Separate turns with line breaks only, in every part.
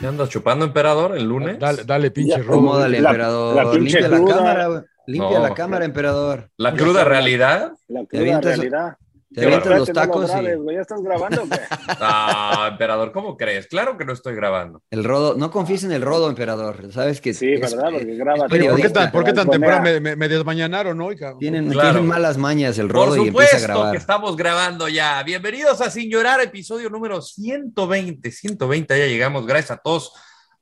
¿Qué andas chupando, emperador, el lunes?
Dale, dale pinche robo.
Acomódale, emperador.
La pinche
Limpia la
cruda.
cámara, güey. Limpia
No.
la cámara, emperador.
¿La cruda realidad?
La
Te
cruda
avientas-
realidad.
Te avientas
Espérate,
los
no lo
tacos y
grabes, güey, ¿Ya estás grabando o qué?
Ah, emperador, ¿cómo crees? Claro que no estoy grabando.
el rodo. No confíes en el rodo, emperador. Sabes que
Sí,
es-
¿verdad? Porque
es-
graba.
es
Oye, ¿Por qué
periodista.
tan, por qué tan
Balconea.
temprano me, me- me desmañanaron hoy, cabrón?
Tienen,
Claro.
tienen malas mañas el
Por
rodo y empieza a
supuesto que
grabar.
estamos grabando ya. Bienvenidos a Sin Llorar, episodio número 120. 120 ya llegamos. Gracias a todos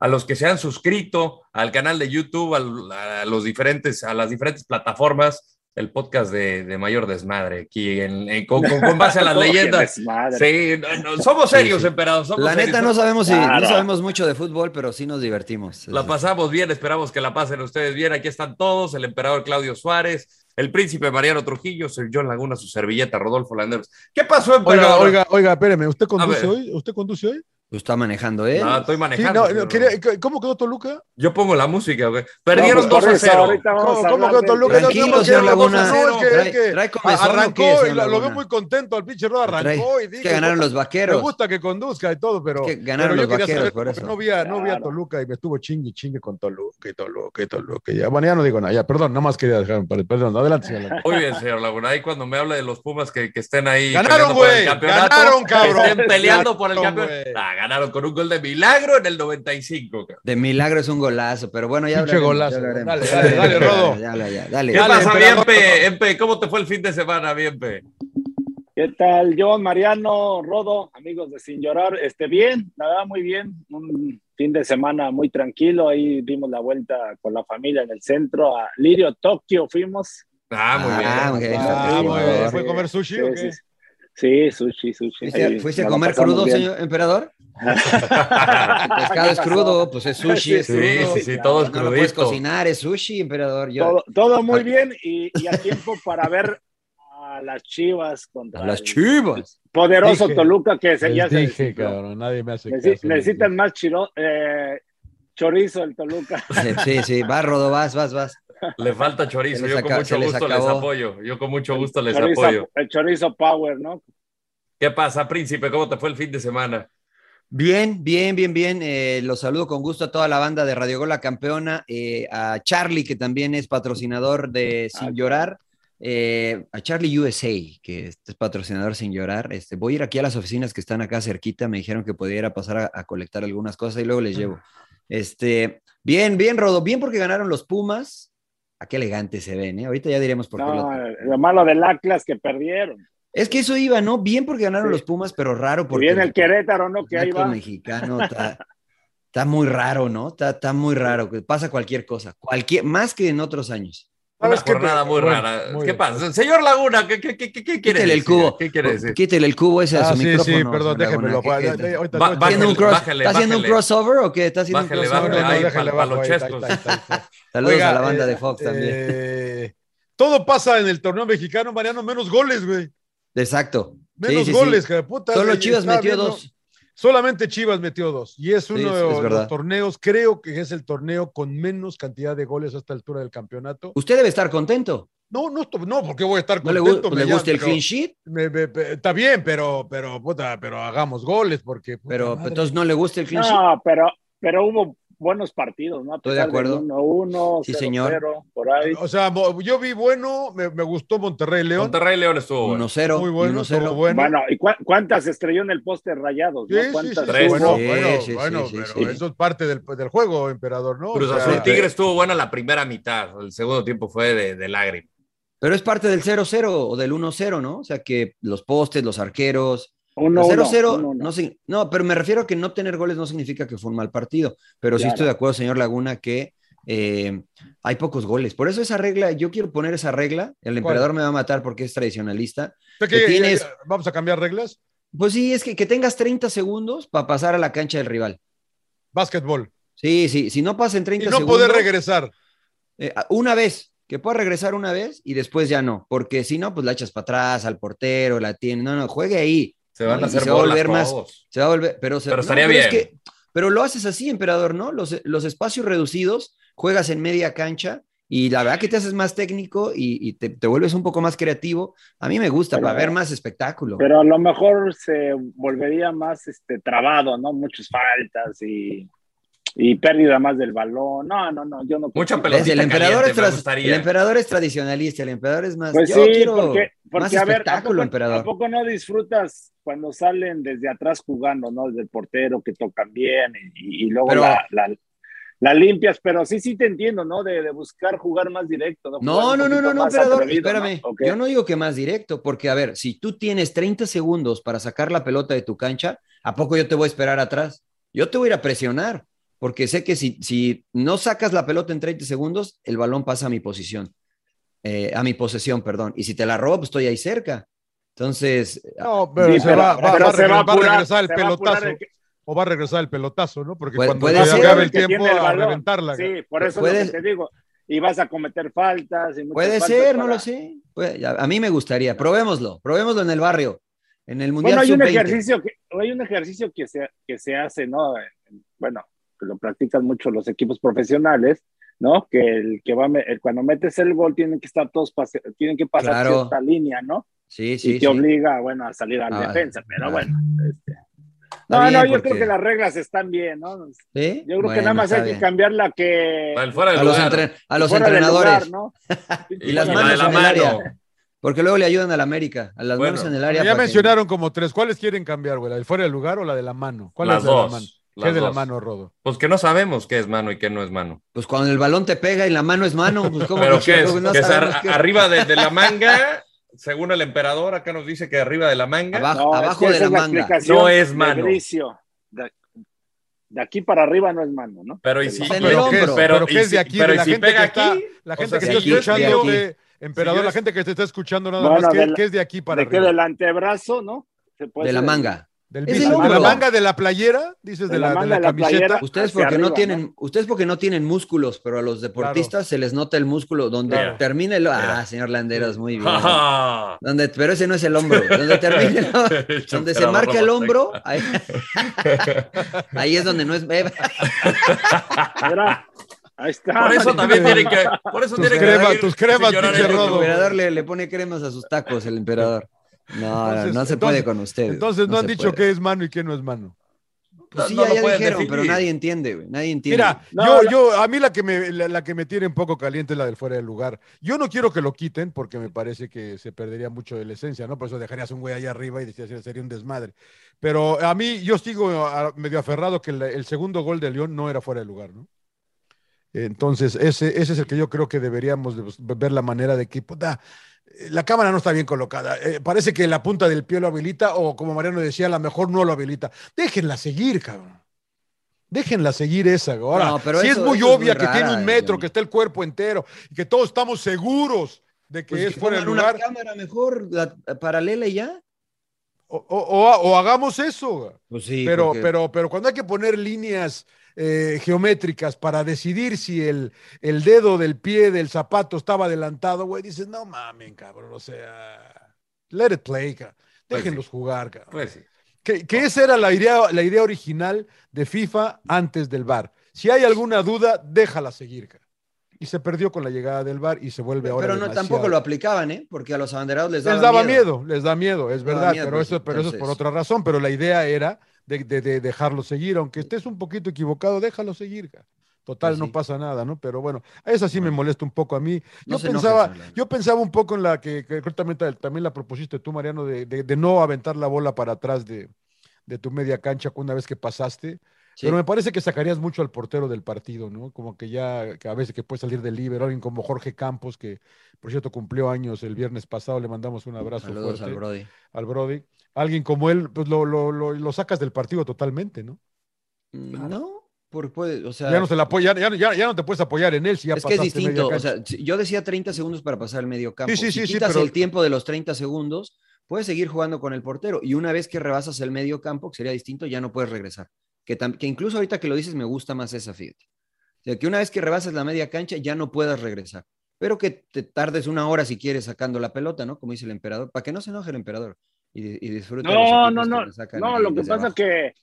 a los que se han suscrito al canal de YouTube, al- a los diferentes, a las diferentes plataformas, el podcast de, de mayor desmadre aquí en, en- con, con- con base a las
Todo bien
leyendas.
desmadre.
Sí, no, no, somos serios,
Sí, sí.
emperador. somos
La neta
serios.
no sabemos si
Claro.
no sabemos mucho de fútbol, pero sí nos divertimos.
La pasamos bien, esperamos que la pasen ustedes bien. Aquí están todos, el emperador Claudio Suárez, el príncipe Mariano Trujillo, Sir John Laguna, su servilleta, Rodolfo Landeros. ¿Qué pasó,
Oiga,
emperador?
oiga, oiga, espéreme, ¿usted
ver.
conduce hoy? ¿Usted conduce hoy?
Lo está manejando él.
No, Ah, estoy
¿eh? Sí,
manejando.
no,
pero-
no, quería- ¿qué- ¿Cómo quedó Toluca?
Yo pongo la música, güey.
Vamos
Perdieron
por
2 a
eso,
0.
ahorita vamos
¿Cómo,
a
cómo
hablar
quedó
de-
Toluca? No,
Tranquilo,
no, no,
señor
no,
Laguna.
no, es que- es
Trae-
que
trae comezón, ¿o
Arrancó
qué,
y
señor
lo, lo
Laguna?
veo muy contento al pinche Roda,
Trae-
arrancó y
es
dije,
que ganaron
puta,
los vaqueros.
Me gusta que conduzca y todo, pero,
Es que ganaron
pero
los
yo quería
vaqueros,
saber
por
porque
eso.
no vi, a, no vi a
Claro.
Toluca y me estuvo chingue y chingue con Toluca y Toluca y Toluca. y ya. Bueno, ya no digo nada, ya, perdón, nada más quería dejar, perdón, adelante. señor Laguna.
Muy bien, señor Laguna. Ahí cuando me habla de los Pumas que, que estén ahí. peleando
Ganaron,
por el
güey.
campeonato,
Ganaron,
que
cabrón.
Estén peleando por el
Exacto,
campeonato.
güey.
Ah, ganaron con un gol de milagro en el 95. cabrón.
De milagro es un golazo, pero bueno, ya
Pinche
hablaremos, ya
golazo.
hablaremos.
Dale, dale, dale, Rodo.
Ya, ya, ya, dale.
¿Qué
Dale,
pasa,
emperador.
Bienpe? Empe, ¿Cómo te fue el fin de semana, Bienpe?
¿Qué tal, John, Mariano, Rodo, amigos de Sin Llorar? Este, bien, la verdad, muy bien. Un fin de semana muy tranquilo. Ahí dimos la vuelta con la familia en el centro a Lirio, Tokio, fuimos.
Ah, muy bien.
Ah, muy bien.
Ah,
Sí,
muy
por
bien.
favor.
¿Fue a comer sushi o
Sí,
qué?
sí, sí, sushi, sushi.
¿Fuiste,
Ahí
fuiste a
nos la
comer
pasamos
crudo,
bien.
señor emperador? El pescado es
pasó?
crudo, pues es sushi. es
Sí,
crudo.
sí, sí, todo es
No lo puedes
crudito.
cocinar, es sushi, emperador. Yo,
Todo, todo muy bien y, y a tiempo para ver a las Chivas contra
a las
el
chivas.
poderoso
Dije,
Toluca que se, ya
Les
se
dije,
desinfló.
cabrón, nadie me hace
Neci-
caso.
necesitan más chiro- eh, chorizo el Toluca.
Sí, sí, sí, vas, Rodo, vas, vas, vas.
Le falta
Se
chorizo.
les
Yo
aca-
con
se
mucho
les
gusto les
acabó.
apoyo. Yo con mucho gusto les
Chorizo-
apoyo.
el chorizo power, ¿no?
¿Qué pasa, príncipe? ¿Cómo te fue el fin de semana?
Bien, bien, bien, bien. eh, los saludo con gusto a toda la banda de Radio Gol La Campeona, eh, a Charlie, que también es patrocinador de Sin Llorar, eh, a Charlie USA, que es patrocinador Sin Llorar. Este, voy a ir aquí a las oficinas que están acá cerquita, me dijeron que podía ir a pasar a, a colectar algunas cosas y luego les llevo. Este, bien, bien, Rodo, bien porque ganaron los Pumas. A qué elegante se ven, ¿eh? Ahorita ya diremos por qué.
No, eh.
lo-
lo malo del Atlas que perdieron.
Es que eso iba, ¿no? Bien porque ganaron
Sí.
los Pumas, pero raro
Y
porque...
viene el Querétaro, ¿no? Que ahí
Naco
va.
mexicano está, está muy raro, ¿no? Está, está muy raro, que pasa cualquier cosa, cualquier, más que en otros años.
Una
¿Sabes qué?
jornada muy
Bueno,
rara.
muy
¿Qué
bien.
pasa? Señor Laguna, ¿qué, qué, qué, qué, qué quiere
Quítele el
decir?
cubo.
¿Qué quiere decir?
Quítele el cubo ese a
Ah,
su
sí, sí,
micrófono.
perdón,
señor Laguna,
déjemelo.
¿qué- qué-
Ahorita- ahorita-
Va-
¿Está haciendo un
Bájale,
cross-
bájale,
¿Está haciendo un
bájale.
crossover o qué? ¿Está haciendo un
Bájale,
crossover?
bájale. ahí,
déjale
pal- pal-
abajo,
los
ahí está,
chestos.
ahí está, ahí está.
Saludos
Oiga,
a la banda
eh,
de Fox también.
eh, todo pasa en el torneo mexicano, Mariano, menos goles, güey.
Exacto. Sí,
Menos
sí, sí.
goles, hija de puta.
Solo
Y
Chivas
estaba
metió
viendo-
dos.
Solamente Chivas metió dos. Y es
Sí,
uno
es- es
de
verdad.
los torneos, creo que es el torneo con menos cantidad de goles a esta altura del campeonato.
Usted debe estar contento.
No, no, esto- no, porque voy a estar
¿No le,
contento.
gu-
me
le
llama,
gusta el
pero-
clean sheet?
me- me- pe- Está bien, pero, pero, puta, pero hagamos goles, porque. puta
Pero pues,
madre.
entonces no le gusta el clean sheet.
No, pero, pero hubo buenos partidos, ¿no? A
Estoy de acuerdo.
1 1
Sí, señor.
por ahí.
O sea, mo- yo vi bueno, me, me gustó Monterrey León.
Monterrey León estuvo bueno.
1-0.
muy bueno, estuvo
1-0.
bueno.
Bueno, ¿y cua- cuántas estrelló en el poste rayados?
Sí,
¿no?
sí, sí,
¿Cuántas
sí,
Tres.
bueno,
Sí,
bueno,
sí, sí,
bueno,
sí,
pero
sí.
eso es parte del, del juego, emperador, ¿no?
Cruz
O sea,
Azul Tigre estuvo buena la primera mitad, el segundo tiempo fue de, de lágrima.
Pero es parte del 0-0 o del 1-0, ¿no? O sea que los postes, los arqueros. El
Uno, uno,
0-0,
uno, uno.
no, sig- no, pero me refiero a que no tener goles no significa que fue un mal partido. Pero sí
Claro.
estoy de acuerdo, señor Laguna, que eh, hay pocos goles. Por eso esa regla, yo quiero poner esa regla. El emperador me va a matar porque es tradicionalista.
¿usted qué-
que tienes-
¿Vamos a cambiar reglas?
Pues sí, es que, que tengas 30 segundos para pasar a la cancha del rival.
Básquetbol.
Sí, sí, si no pasan
Y
30
no
segundos.
poder regresar.
Eh, a- una vez, que pueda regresar una vez y después ya no, porque si no, pues la echas para atrás al portero, la tiene. No, no, juegue ahí.
Se van
No,
a
y
hacer
se va a
bolas
volver más-
todos.
Se va a volver, pero, se-
Pero
no,
estaría bien.
que- pero lo haces así, emperador, ¿no? Los, los espacios reducidos, juegas en media cancha y la verdad que te haces más técnico y, y te, te vuelves un poco más creativo. A mí me gusta
Pero-
para ver más espectáculo.
Pero a lo mejor se volvería más este trabado, ¿no? Muchas faltas y, y pérdida más del balón. No, no, no, yo no.
Mucha
creo.
pelota.
¿Ves? el,
pelotita
emperador
caliente,
es
me
tras-
gustaría.
el emperador es tradicionalista, el emperador es más.
Pues
yo
sí,
quiero
porque, porque,
más
a ver, ¿a
espectáculo,
poco, ¿a
emperador.
poco no disfrutas cuando salen desde atrás jugando, ¿no? Desde el portero que tocan bien y, y luego
Pero-
la, la- la limpias, pero sí, sí te entiendo, ¿no? De, de buscar jugar más directo.
No,
Jugar un
no, no,
poquito
no, no,
más
emperador,
atrevido,
espérame.
¿no? Ok.
Yo no digo que más directo, porque a ver, si tú tienes 30 segundos para sacar la pelota de tu cancha, ¿a poco yo te voy a esperar atrás? Yo te voy a ir a presionar, porque sé que si, si no sacas la pelota en 30 segundos, el balón pasa a mi posición, eh, a mi posesión, perdón. Y si te la robo, pues estoy ahí cerca. Entonces,
No, pero,
Sí,
se, va, va-
pero
va a
se
regre-
va a
va a
apurar,
regresar el
se va a apurar
pelotazo.
el que-
O va a regresar el pelotazo, ¿no? Porque
Puede-
cuando
puede
se
ser.
acabe el
que
tiempo
tiene el
a
balón.
reventarla.
Sí, por eso
Puede-
es lo que te digo. Y vas a cometer faltas. y muchas
puede
faltas
ser, no
para-
lo sé. Puede- a, a mí me gustaría, probémoslo, probémoslo en el barrio, en el Mundial
Bueno, hay un
Sub-20.
ejercicio que, hay un ejercicio que se, que se hace, ¿no? Bueno, que lo practican mucho los equipos profesionales, ¿no? Que el que va, a me- el- cuando metes el gol tienen que estar todos, pase- tienen que pasar
Claro.
cierta línea, ¿no?
Sí,
y
sí,
te
sí.
obliga, bueno, a salir a la
Ah,
defensa, pero
ah.
bueno. este.
Está
No,
bien,
no, yo
porque-
creo que las reglas están bien, ¿no?
¿Sí?
Yo creo que
Bueno,
nada más
está
hay que
bien.
cambiar la que...
Al fuera del
A los,
lugar.
entren- a los
fuera del
entrenadores.
lugar, ¿no?
Y las
la
manos
de la
en el área.
mano.
Porque luego le ayudan a la América, a las
Bueno,
manos en el área.
Ya
para que-
mencionaron como tres. ¿Cuáles quieren cambiar, güey? ¿La del fuera del lugar o la de la mano? ¿Cuál
Las
es la de la
dos,
mano?
las
¿Qué es de la
dos.
mano, Rodo?
Pues que no sabemos qué es mano y qué no es mano.
Pues cuando el balón te pega y la mano es mano, pues cómo
Pero
no?
qué es,
No
que es
sabemos
ar-
qué-
arriba de, de la manga, según el emperador, acá nos dice que arriba de la manga.
abajo,
No, es
Ah, abajo
que
de
esa
la
es la
manga.
explicación
No es
de
mano.
Bricio. De, de aquí para arriba no es mano, ¿no?
Pero y
Pero-
si,
En el
pero,
¿qué es,
hombro.
pero
Pero
¿qué
y
es de
si-
aquí?
pero
de la
si
gente
pega
que está,
aquí,
la
o
gente
sea,
que
si
está
aquí es de
escuchando,
aquí.
de- emperador,
yo
la
es-
gente que te está escuchando nada
Bueno,
más, ¿qué,
de la-
qué es de aquí para
¿De qué?
arriba?
¿Del antebrazo, no? Se puede
De la
ser
manga.
Del
Es
bíceps.
el
¿De la
hombro.
manga de la playera? Dices de,
De la
la, de
manga
la
de la
camiseta.
playera.
Ustedes
Hacia
porque no
arriba,
tienen, ustedes porque no tienen músculos, pero a los deportistas se les nota el músculo donde
Claro.
termina el. Ah,
Mira.
señor Landeros, muy bien.
Ah.
Donde, pero ese no es el hombro. Donde termina el- donde se
Emperador
marca el
Roboteca.
hombro, ahí, ahí es donde no es. eh,
¿no? Mira, ahí está.
Por eso también tienen que. Por eso
Tus
tienen que
cremas,
reír
tus
sin
cremas,
llorar
pinche
en
el
Rodo.
YouTube.
emperador le, le pone cremas a sus tacos, el emperador. No,
Entonces-
no, no se
entonces-
puede con usted.
Entonces no, han
se
dicho
puede.
qué es mano y qué no es mano.
Pues sí,
No, no
ya, ya
pueden
dijeron, pero
definir.
nadie entiende, güey. Nadie entiende.
Mira,
No,
yo,
la-
yo, a mí la que, me, la, la que me tiene un poco caliente es la del fuera del lugar. Yo no quiero que lo quiten porque me parece que se perdería mucho de la esencia, ¿no? Por eso dejarías un güey ahí arriba y decías, sería un desmadre. Pero a mí, yo sigo a- medio aferrado que la- el segundo gol de León no era fuera de lugar, ¿no? Entonces, ese, ese es el que yo creo que deberíamos de bus- ver la manera de que, puta, eh, la cámara no está bien colocada. Eh, parece que la punta del pie lo habilita o, como Mariano decía, a lo mejor no lo habilita. Déjenla seguir, cabrón. Déjenla seguir esa. Ahora,
No, pero
si
eso-
es muy
eso es
obvia
muy
que tiene
rara,
un metro,
John.
que está el cuerpo entero y que todos estamos seguros de que
Pues
es fuera de
pongan
lugar,
Una cámara mejor, la la paralela y ya.
o, o- o- o hagamos eso.
Pues sí.
pero, pero, pero cuando hay que poner líneas eh, geométricas para decidir si el, el dedo del pie del zapato estaba adelantado, güey, dices, no mamen, cabrón, o sea, let it play, cabrón.
Pues sí.
Déjenlos jugar, cabrón.
Pues sí.
Que, que esa era la idea, la idea original de FIFA antes del VAR. Si hay alguna duda, déjala seguir. cara. Y se perdió con la llegada del VAR y se vuelve ahora.
pero no,
demasiado.
tampoco lo aplicaban, ¿eh? Porque a los abanderados les
les
daba,
daba miedo. les da miedo, es
daba
verdad,
miedo,
pero,
pues,
eso, pero eso es por
entonces.
otra razón. Pero la idea era de, de- de dejarlo seguir, aunque estés un poquito equivocado, déjalo seguir. ca. Total,
Pues sí.
no pasa nada, ¿no? Pero bueno, esa sí me molesta un poco a mí. Yo
No se enojes,
pensaba,
Orlando.
yo pensaba un poco en la que, que creo también, ta- también la propusiste tú, Mariano, de, de- de no aventar la bola para atrás de, de tu media cancha una vez que pasaste.
Sí.
Pero me parece que sacarías mucho al portero del partido, ¿no? Como que ya, que a veces que puede salir del libero, alguien como Jorge Campos, que por cierto cumplió años el viernes pasado, le mandamos un abrazo
Saludos
fuerte
al Brody.
al Brody. Alguien como él, pues lo, lo- lo- lo sacas del partido totalmente, ¿no?
No, porque puede, o sea,
Ya no, se la apoya, ya, ya- ya no te puedes apoyar en él si ya
es que es
pasaste media
distinto. O
cancha.
sea, si- yo decía 30 segundos para pasar el medio campo.
Sí, sí,
si
sí, sí,
quitas
pero-
el tiempo de los 30 segundos, puedes seguir jugando con el portero. Y una vez que rebasas el medio campo, que sería distinto, ya no puedes regresar. Que, tam- que incluso ahorita que lo dices, me gusta más esa, fíjate. O sea, que una vez que rebases la media cancha, ya no puedas regresar. Pero que te tardes una hora si quieres sacando la pelota, ¿no? Como dice el emperador, para que no se enoje el emperador y, di- y disfrute. los
No,
equipos
no,
que
no.
le sacan
No,
ahí
lo que
desde
pasa
abajo.
que,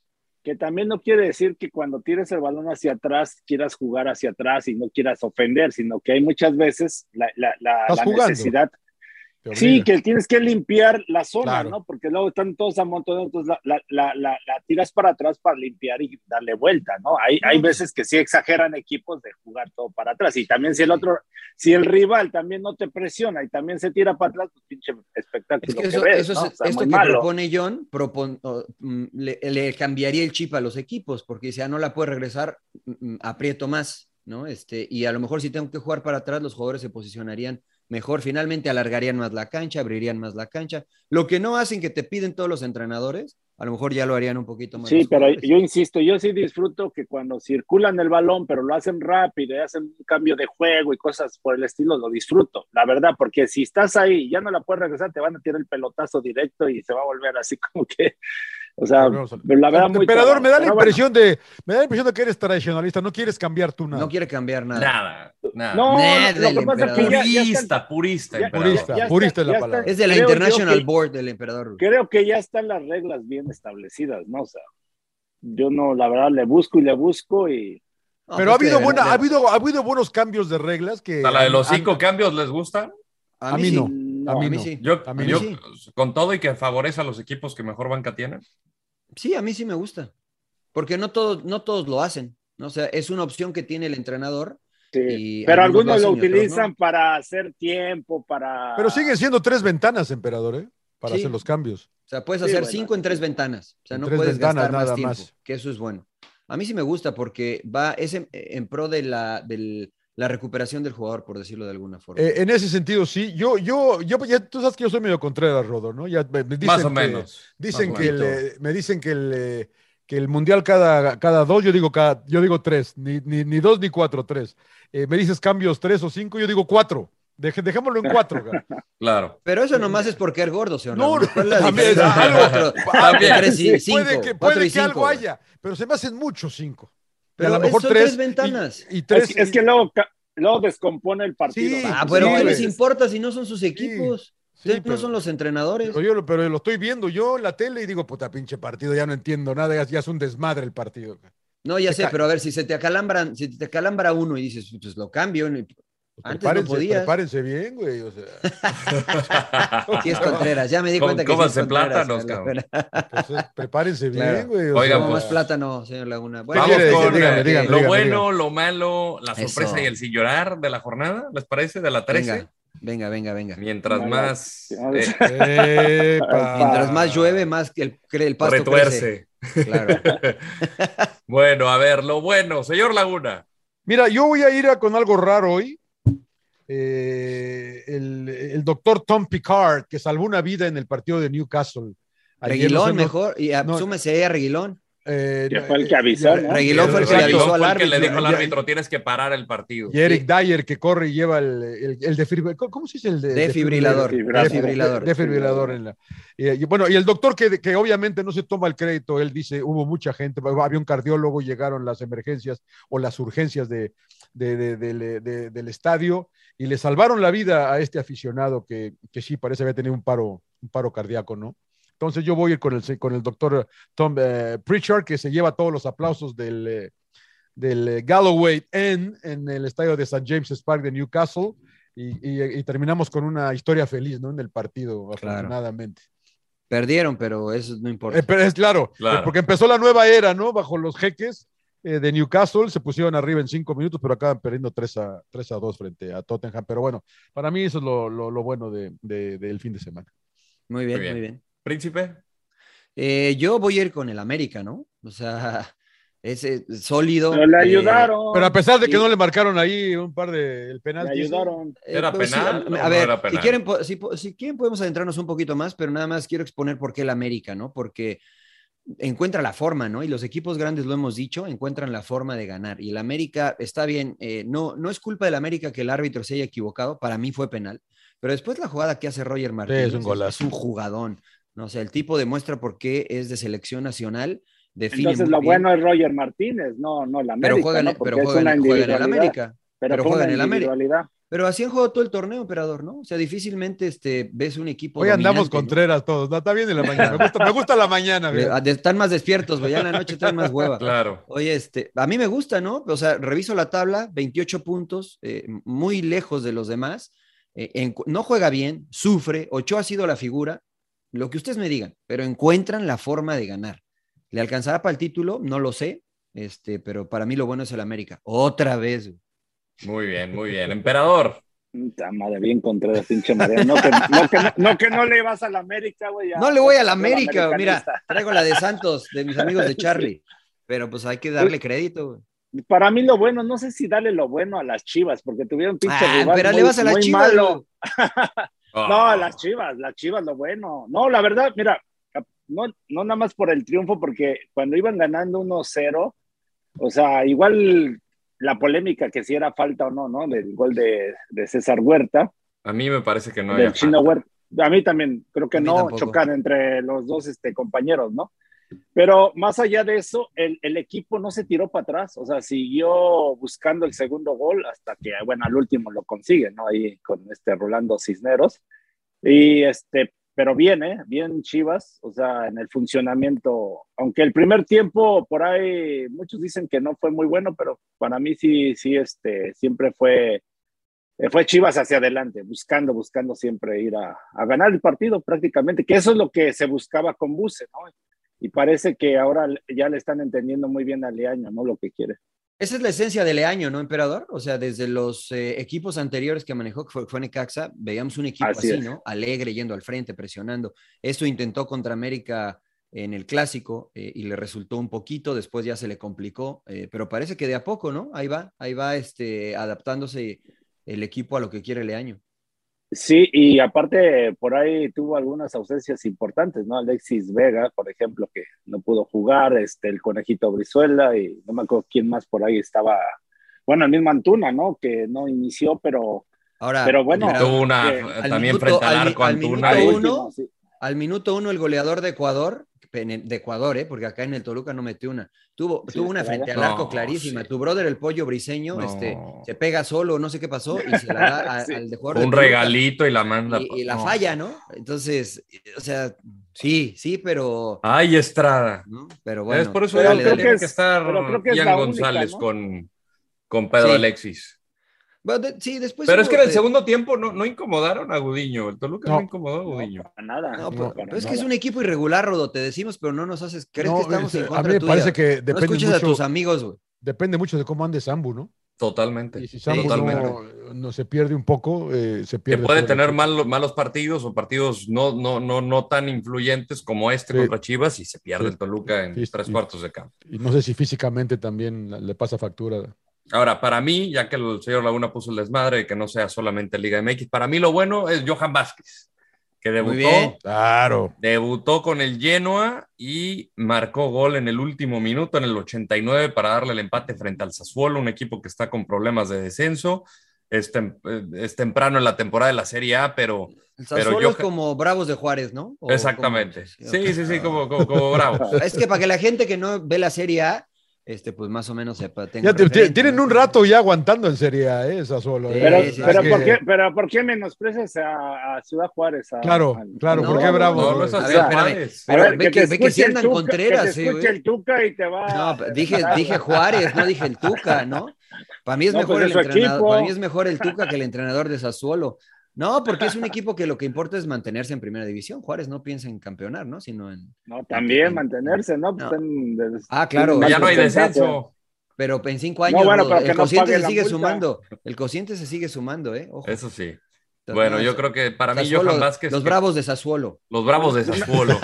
que también no quiere decir que cuando tires el balón hacia atrás quieras jugar hacia atrás y no quieras ofender, sino que hay muchas veces la, la- la-
Estás
la
jugando.
necesidad.
Te
Sí,
obliga.
que tienes que limpiar la zona,
Claro.
¿no? Porque luego están todos amontonados, entonces la, la- la- la- la tiras para atrás para limpiar y darle vuelta, ¿no? Hay, hay veces que sí exageran equipos de jugar todo para atrás y también si el otro, si el rival también no te presiona y también se tira para atrás, pues pinche espectáculo.
Es que
que
eso,
ves,
eso
¿no?
es-
Está
esto
muy
que
malo.
propone John, propon- o, mm, le, le cambiaría el chip a los equipos, porque dice, ah, no la puede regresar, mm, mm, aprieto más, ¿no? Este, y a lo mejor si tengo que jugar para atrás, los jugadores se posicionarían mejor, finalmente alargarían más la cancha, abrirían más la cancha. Lo que no hacen que te piden todos los entrenadores, a lo mejor ya lo harían un poquito más.
Sí,
los
pero
jugadores.
yo insisto, yo sí disfruto que cuando circulan el balón, pero lo hacen rápido y hacen un cambio de juego y cosas por el estilo, lo disfruto, la verdad, porque si estás ahí y ya no la puedes regresar, te van a tirar el pelotazo directo y se va a volver así como que, o sea,
Volvemos al-
la verdad, muy
Emperador,
cagado,
me da la
pero bueno.
impresión de, me da la impresión de que eres tradicionalista, no quieres cambiar tú nada.
No quiere cambiar nada.
Nada, nada.
No,
Ned
lo que
del
pasa es que ya, ya están-
purista, purista,
ya-
emperador.
Purista. purista es la
ya están-
palabra.
Es de la
creo yo
International
que-
Board del emperador.
creo que ya están las reglas bien establecidas, ¿no? O sea, yo no, la verdad, le busco y le busco y
No,
Pero ha
pues,
habido,
de
buena,
verdad,
ha, habido, ha habido buenos cambios de reglas que...
¿A la de los
han-
cinco cambios les gusta?
a
a mí
sí,
no.
no,
A mí
a mí
no.
sí.
Yo,
A mí
yo-
sí.
con todo y que favorece a los equipos que mejor banca tienen.
Sí, a mí sí me gusta. Porque no todos, no todos lo hacen. ¿no? O sea, es una opción que tiene el entrenador.
sí.
Y
pero
algunos lo
algunos lo,
hacen y otros
utilizan
no.
para hacer tiempo, para...
Pero siguen siendo tres ventanas, emperador, ¿eh? Para
Sí.
hacer los cambios.
O sea, puedes
Sí,
hacer
bueno.
cinco en tres ventanas. O sea,
En
no
tres
puedes
ventanas,
gastar más
nada
tiempo.
más.
Que eso es bueno. A mí sí me gusta porque va, es en, en pro de la, del- la recuperación del jugador, por decirlo de alguna forma.
Eh, en ese sentido, sí. Yo, yo, yo, ya, tú sabes que yo soy medio contreras, Rodo, ¿no? Ya me- me dicen
Más o
que-
menos.
Dicen
Más
que
o
el,
menos.
eh, me dicen que el, eh, que el mundial cada, cada dos, yo digo cada, yo digo tres, ni, ni, ni dos ni cuatro, tres. Eh, me dices cambios tres o cinco, yo digo cuatro. Deje- dejémoslo en cuatro. cara.
Claro.
Pero eso nomás es porque es gordo, señor.
eh, No,
Laguna. ¿Cuál es la
también,
diferencia entre
algo-
cuatro- cuatro y tres y cinco?
Ah, puede que,
Cuatro
puede
y
que algo
cinco.
haya, pero se me hacen muchos cinco. Y
Pero
a lo mejor
son
tres,
tres ventanas.
Y, y
Es
tres.
que- Es, que luego, ca- luego descompone el partido.
Sí,
¿no?
Ah, pero
Sí,
¿qué
güey.
les importa si no son sus equipos?
sí,
Ustedes
pero-
no son los entrenadores.
Pero yo, lo- pero lo estoy viendo yo en la tele y digo, puta pinche partido, ya no entiendo nada, ya, ya es un desmadre el partido. Pues cara.
No, ya
Se
sé,
ca-
pero a ver, si se te acalambran, si te acalambra uno y dices, pues lo cambio. ¿no? Antes no
Prepárense,
podías.
prepárenses bien, güey. o sea, Ah.
Sí es Contreras, ya me di
Con-
cuenta que sí
comas
es
de
Contreras,
plátanos,
Carlos.
cabrón.
pues, eh, prepárense bien,
Claro. pues,
güey. o
Oiga,
sea,
No, más plátano, señor Laguna.
Vamos
pues. quiere decir?
con
Díganme,
eh,
díganme,
lo
díganme,
bueno, lo malo, la
Eso.
sorpresa y el sin llorar de la jornada, ¿les parece? De la 13.
venga, venga, venga, venga.
Mientras
Mala-
más eh,
Epa.
Mientras más llueve, más que el, cre- el pasto crece.
retuerce.
Claro.
Bueno, a ver, lo bueno, señor Laguna.
Mira, yo voy a ir a- con algo raro hoy. Eh, el, el doctor Tom Picard, que salvó una vida en el partido de Newcastle. Ayer
Reguilón
nos hemos-
mejor, y a-
no.
súmese ahí a Reguilón.
eh,
Que
no,
fue el que
eh,
avisó, ¿no?
Reguilón fue el que le
Reguilón
avisó al
fue el que
árbitro.
le dijo al
Ya-
árbitro, tienes que parar el partido.
Y Eric Dyer, que corre y lleva el, el, el defibrilador. ¿Cómo se dice el de-
Defibrilador.
defibrilador?
Defibrilador.
Defibrilador en la. Y, y bueno, y el doctor que, que obviamente no se toma el crédito, él dice, hubo mucha gente, había un cardiólogo, llegaron las emergencias o las urgencias de, de- de- del- de- del estadio y le salvaron la vida a este aficionado que, que sí parece había tenido un paro, un paro cardíaco, ¿no? Entonces yo voy a ir con el, con el doctor Tom eh, Pritchard, que se lleva todos los aplausos del, eh, del eh, Galloway Inn en el estadio de St. James's Park de Newcastle. Y, y- y terminamos con una historia feliz, ¿no? En el partido, afortunadamente.
Perdieron, pero eso no importa.
Eh, pero es claro, eh, porque empezó la nueva era, ¿no? Bajo los jeques eh, de Newcastle, se pusieron arriba en cinco minutos, pero acaban perdiendo 3 a, 3 a 2 frente a Tottenham. Pero bueno, para mí eso es lo, lo- lo bueno de- de- del fin de semana.
Muy bien,
Muy
muy
bien.
bien.
Príncipe.
Eh, yo voy a ir con el América, ¿no? O sea, es eh, sólido.
Pero le
eh,
ayudaron.
Pero a pesar de que
Sí.
no le marcaron ahí un par de el penal.
Le ayudaron.
Eh,
¿Era
pues sí,
penal
a-
o
a,
no
ver,
era
si,
penal?
quieren, po- si, po- si quieren podemos adentrarnos un poquito más, pero nada más quiero exponer por qué el América, ¿no? Porque encuentra la forma, ¿no? Y los equipos grandes, lo hemos dicho, encuentran la forma de ganar. Y el América está bien, eh, no, no es culpa del América que el árbitro se haya equivocado, para mí fue penal, pero después la jugada que hace Roger Martínez
un golazo.
un jugadón, ¿no? O sea, el tipo demuestra por qué es de selección nacional, define
Entonces
muy
lo
bien,
bueno es Roger Martínez, no, no la América.
pero juegan,
¿no? Porque
pero
es
juegan,
una
juegan en
individualidad,
América.
Pero,
pero
fue
juegan
una
en América.
individualidad.
Pero así han jugado todo el torneo, emperador, ¿no? O sea, difícilmente este, ves un equipo.
Hoy andamos
dominante, ¿no? Eh,
contreras todos. No, está bien en la mañana. Me gusta, me gusta la mañana. güey.
Le- de- Están más despiertos, güey. Ya en la noche están más hueva.
Claro.
Oye, este, a mí me gusta, ¿no? O sea, reviso la tabla, 28 puntos, eh, muy lejos de los demás. eh, en- no juega bien, sufre. Ochoa ha sido la figura. Lo que ustedes me digan, pero encuentran la forma de ganar. ¿Le alcanzará para el título? No lo sé. Este, pero para mí lo bueno es el América. Otra vez. güey.
Muy bien, muy bien. Emperador.
Puta madre, bien Contreras, pinche María. No que no, que no- no que no le vas a la América, güey. ya.
No le voy a la
Yo
América, güey, mira,
americanista.
traigo la de Santos, de mis amigos de Charlie. Pero pues hay que darle crédito. güey.
Para mí lo bueno, no sé si darle lo bueno a las Chivas, porque tuvieron pinche
Ah,
rival
pero
muy-
le vas a las
muy
chivas.
malo.
güey.
No,
Ah,
las Chivas, las Chivas, lo bueno. No, la verdad, mira, cap- no, no nada más por el triunfo, porque cuando iban ganando 1-0, o sea, igual la polémica que si era falta o no, ¿no? Del gol de, de César Huerta,
A mí me parece que no
del
había
Chino
falta.
Huerta. A mí también, creo
A
que
mí
no
tampoco.
chocan entre los dos este, compañeros, ¿no? Pero más allá de eso, el, el equipo no se tiró para atrás, o sea, siguió buscando el segundo gol hasta que, bueno, al último lo consigue, ¿no? Ahí con este Rolando Cisneros. Y este, pero bien, ¿eh? Bien Chivas, o sea, en el funcionamiento, aunque el primer tiempo por ahí muchos dicen que no fue muy bueno, pero para mí sí, sí, este, siempre fue, eh, fue Chivas hacia adelante, buscando, buscando siempre ir a, a ganar el partido prácticamente, que eso es lo que se buscaba con Buse, ¿no? Y parece que ahora ya le están entendiendo muy bien a Leaño, ¿no? Lo que quiere.
Esa es la esencia de Leaño, ¿no, emperador? O sea, desde los eh, equipos anteriores que manejó, que fue, fue Necaxa, veíamos un equipo
Así
así,
es.
¿no? Alegre, yendo al frente, presionando. Eso intentó contra América en el clásico eh, y le resultó un poquito, después ya se le complicó, eh, pero parece que de a poco, ¿no? Ahí va, ahí va este, adaptándose el equipo a lo que quiere Leaño.
Sí, y aparte por ahí tuvo algunas ausencias importantes, ¿no? Alexis Vega, por ejemplo, que no pudo jugar, este, el conejito Brizuela y no me acuerdo quién más por ahí estaba. Bueno, el mismo Antuna, ¿no? Que no inició, pero
Ahora,
Pero bueno,
emperador,
Tuvo una, eh,
que
al
también
minuto-
frente al
al mi-
arco
al
Antuna.
minuto
y-
uno.
último, sí.
Al minuto uno, el goleador de Ecuador, en el- de Ecuador, ¿eh? porque acá en el Toluca no metió una. Tuvo,
Sí,
tuvo una
claro.
frente al
No,
arco clarísima.
sí.
Tu brother, el pollo briseño,
No.
este, se pega solo, no sé qué pasó, y se la da a-
Sí.
al de jugador.
Un
de Toluca.
regalito y la manda.
Y, y la
no.
falla, ¿no? Entonces, o sea, sí, sí, pero.
Ay, Estrada.
¿no? Pero bueno.
es por eso
pero
ya
dale,
creo
tiene
dale.
que,
que es-
estar
pero creo que es
Ian
la única,
González
¿no?
con, con Pedro
Sí.
Alexis.
Bueno, de- sí, después.
Pero es que en el
eh,
segundo tiempo no, no incomodaron a Gudiño. El Toluca no,
No.
incomodó a Gudiño.
Para nada.
no,
no,
pero,
para
pero es que es
nada.
un equipo irregular, Rodo, te decimos, pero no nos haces. ¿Crees
No,
que estamos
es-
en
a
contra
mí me
tuya?
parece que
no
depende
escuchas a tus
mucho,
amigos, güey.
depende mucho de cómo ande Sambu, ¿no?
Totalmente.
Y si Sambu
totalmente.
no, no se pierde un poco, eh, se
que
pierde.
puede
todo el
tener
equipo.
mal- malos partidos o partidos no, no, no, no tan influyentes como este
Sí.
contra Chivas y se pierde
Sí.
el Toluca en
Sí, sí.
tres cuartos de campo.
Y no sé si físicamente también la- le pasa factura.
Ahora, para mí, ya que el señor Laguna puso el desmadre de que no sea solamente Liga MX, para mí lo bueno es Johan Vázquez, que
Muy
debutó,
bien.
Claro.
debutó con el Genoa y marcó gol en el último minuto, en el 89, para darle el empate frente al Sassuolo, un equipo que está con problemas de descenso. Es, tem- eh, es temprano en la temporada de la Serie A, pero
El
Pero
Sassuolo
yo-
es como Bravos de Juárez, ¿no? O como-
Exactamente.
ok. Ah.
Sí, sí, sí, como, como, como bravo.
Es que para que la gente que no ve la Serie A, este, pues más o menos sepa. tenga
Ya te-
referencia,
tienen
¿no?
un rato ya aguantando en Serie A, ¿eh? Esa solo.
Sí,
Pero,
sí, sí.
pero
Es
¿por qué, pero ¿por qué menosprecias a, a Ciudad Juárez? A-
Claro,
al-
claro,
¿por qué
bravo?
No, no es
A
así,
ver, espérame.
Juárez.
A ver,
Pero ve que- ve que
escuche
sí
el
andan
Tuca-
Contreras,
que te
sí,
escuche
güey.
el Tuca y te va.
No, pero dije, dije Juárez, no dije el Tuca, ¿no? Para mí es
No,
mejor
pues
el
es su
entrenador,
equipo.
para mí es mejor el Tuca que el entrenador de Sassuolo. No, porque es un equipo que lo que importa es mantenerse en primera división. Juárez no piensa en campeonar, ¿no? Sino en.
No, también mantenerse, ¿no? Pues
Mm. No.
en- de-
Ah, claro.
en
Ya no hay
porcentaje.
descenso.
Pero en cinco años
bueno,
lo-
pero que
el
no
cociente
pague
se
la
sigue
multa.
sumando. El cociente se sigue sumando, ¿eh? Ojo.
Eso sí.
Entonces,
Bueno,
no,
yo
es-
creo que para mí
Sassuolo,
Johan Vázquez.
Los
que-
bravos de Sassuolo.
Los Bravos de Sassuolo.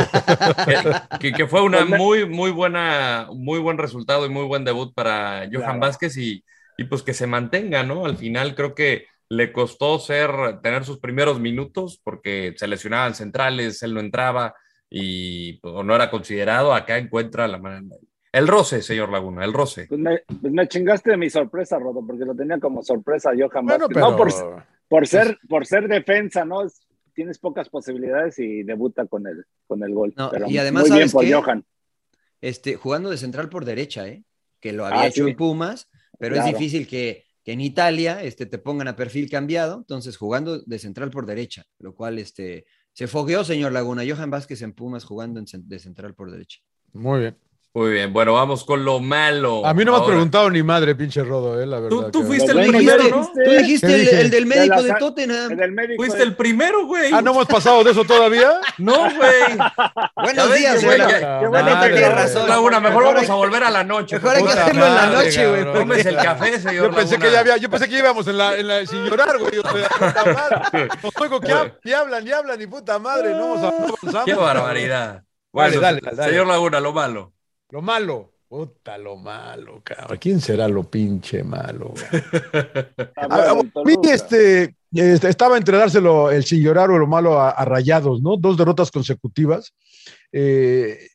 que, que- que fue una
Una-
muy, muy buena, muy buen resultado y muy buen debut para
Claro.
Johan Vázquez y, y pues que se mantenga, ¿no? Al final creo que le costó ser, tener sus primeros minutos porque se lesionaban centrales, él no entraba y pues, no era considerado. Acá encuentra la manera. El roce, señor Laguna, el roce.
Pues me, pues me chingaste de mi sorpresa, Rodo, porque lo tenía como sorpresa a Johan
Bueno,
Vázquez.
pero. pues
No, por, por ser, por ser defensa, ¿no? Es- tienes pocas posibilidades y debuta con el, con el gol.
No,
Pero
y además,
muy bien
¿sabes
por
qué?
Johan.
Este, jugando de central por derecha, ¿eh? Que lo
Ah,
había hecho
sí.
en Pumas, pero es
Claro.
difícil que, que en Italia este, te pongan a perfil cambiado. Entonces, jugando de central por derecha, lo cual este, se fogueó, señor Laguna. Johan Vázquez en Pumas jugando en cen- de central por derecha.
Muy bien.
Muy bien, bueno, vamos con lo malo.
A mí no me has
Ahora,
preguntado ni madre, pinche Rodo, eh, la verdad.
tú
que-
fuiste
Lo
el
bueno
primero,
que
¿no?
dijiste,
Tú dijiste
¿Qué
el,
dije?
el del
De
médico
la
de
sa-
Tottenham.
el del médico.
Fuiste el primero, güey.
Ah, no hemos pasado de eso todavía.
No, güey. Ya
Buenos
ves,
días,
qué bueno,
Lola.
ya-
Qué bueno
Madre,
que tienes
güey.
razón.
Laguna, mejor
Mejor
vamos
hay-
a volver a la noche.
mejor hay que
puta
hacerlo en la
madre,
noche, güey,
cabrón. Tomes el café, señor
Yo pensé
Laguna.
que ya había, yo pensé que íbamos en la, en la sin llorar, güey. O sea, puta madre. Los oigo que hab- y hablan, y hablan, y puta madre, no vamos a- no avanzamos.
Qué barbaridad.
Dale,
Bueno,
dale, dale.
señor Laguna, lo malo.
Lo malo. Puta, lo malo, cabrón. ¿Quién será lo pinche malo? güey? A, a-
Ah,
a mí, este, este, estaba entre dárselo el sin llorar o lo malo a, a Rayados, ¿no? Dos derrotas consecutivas. Eh,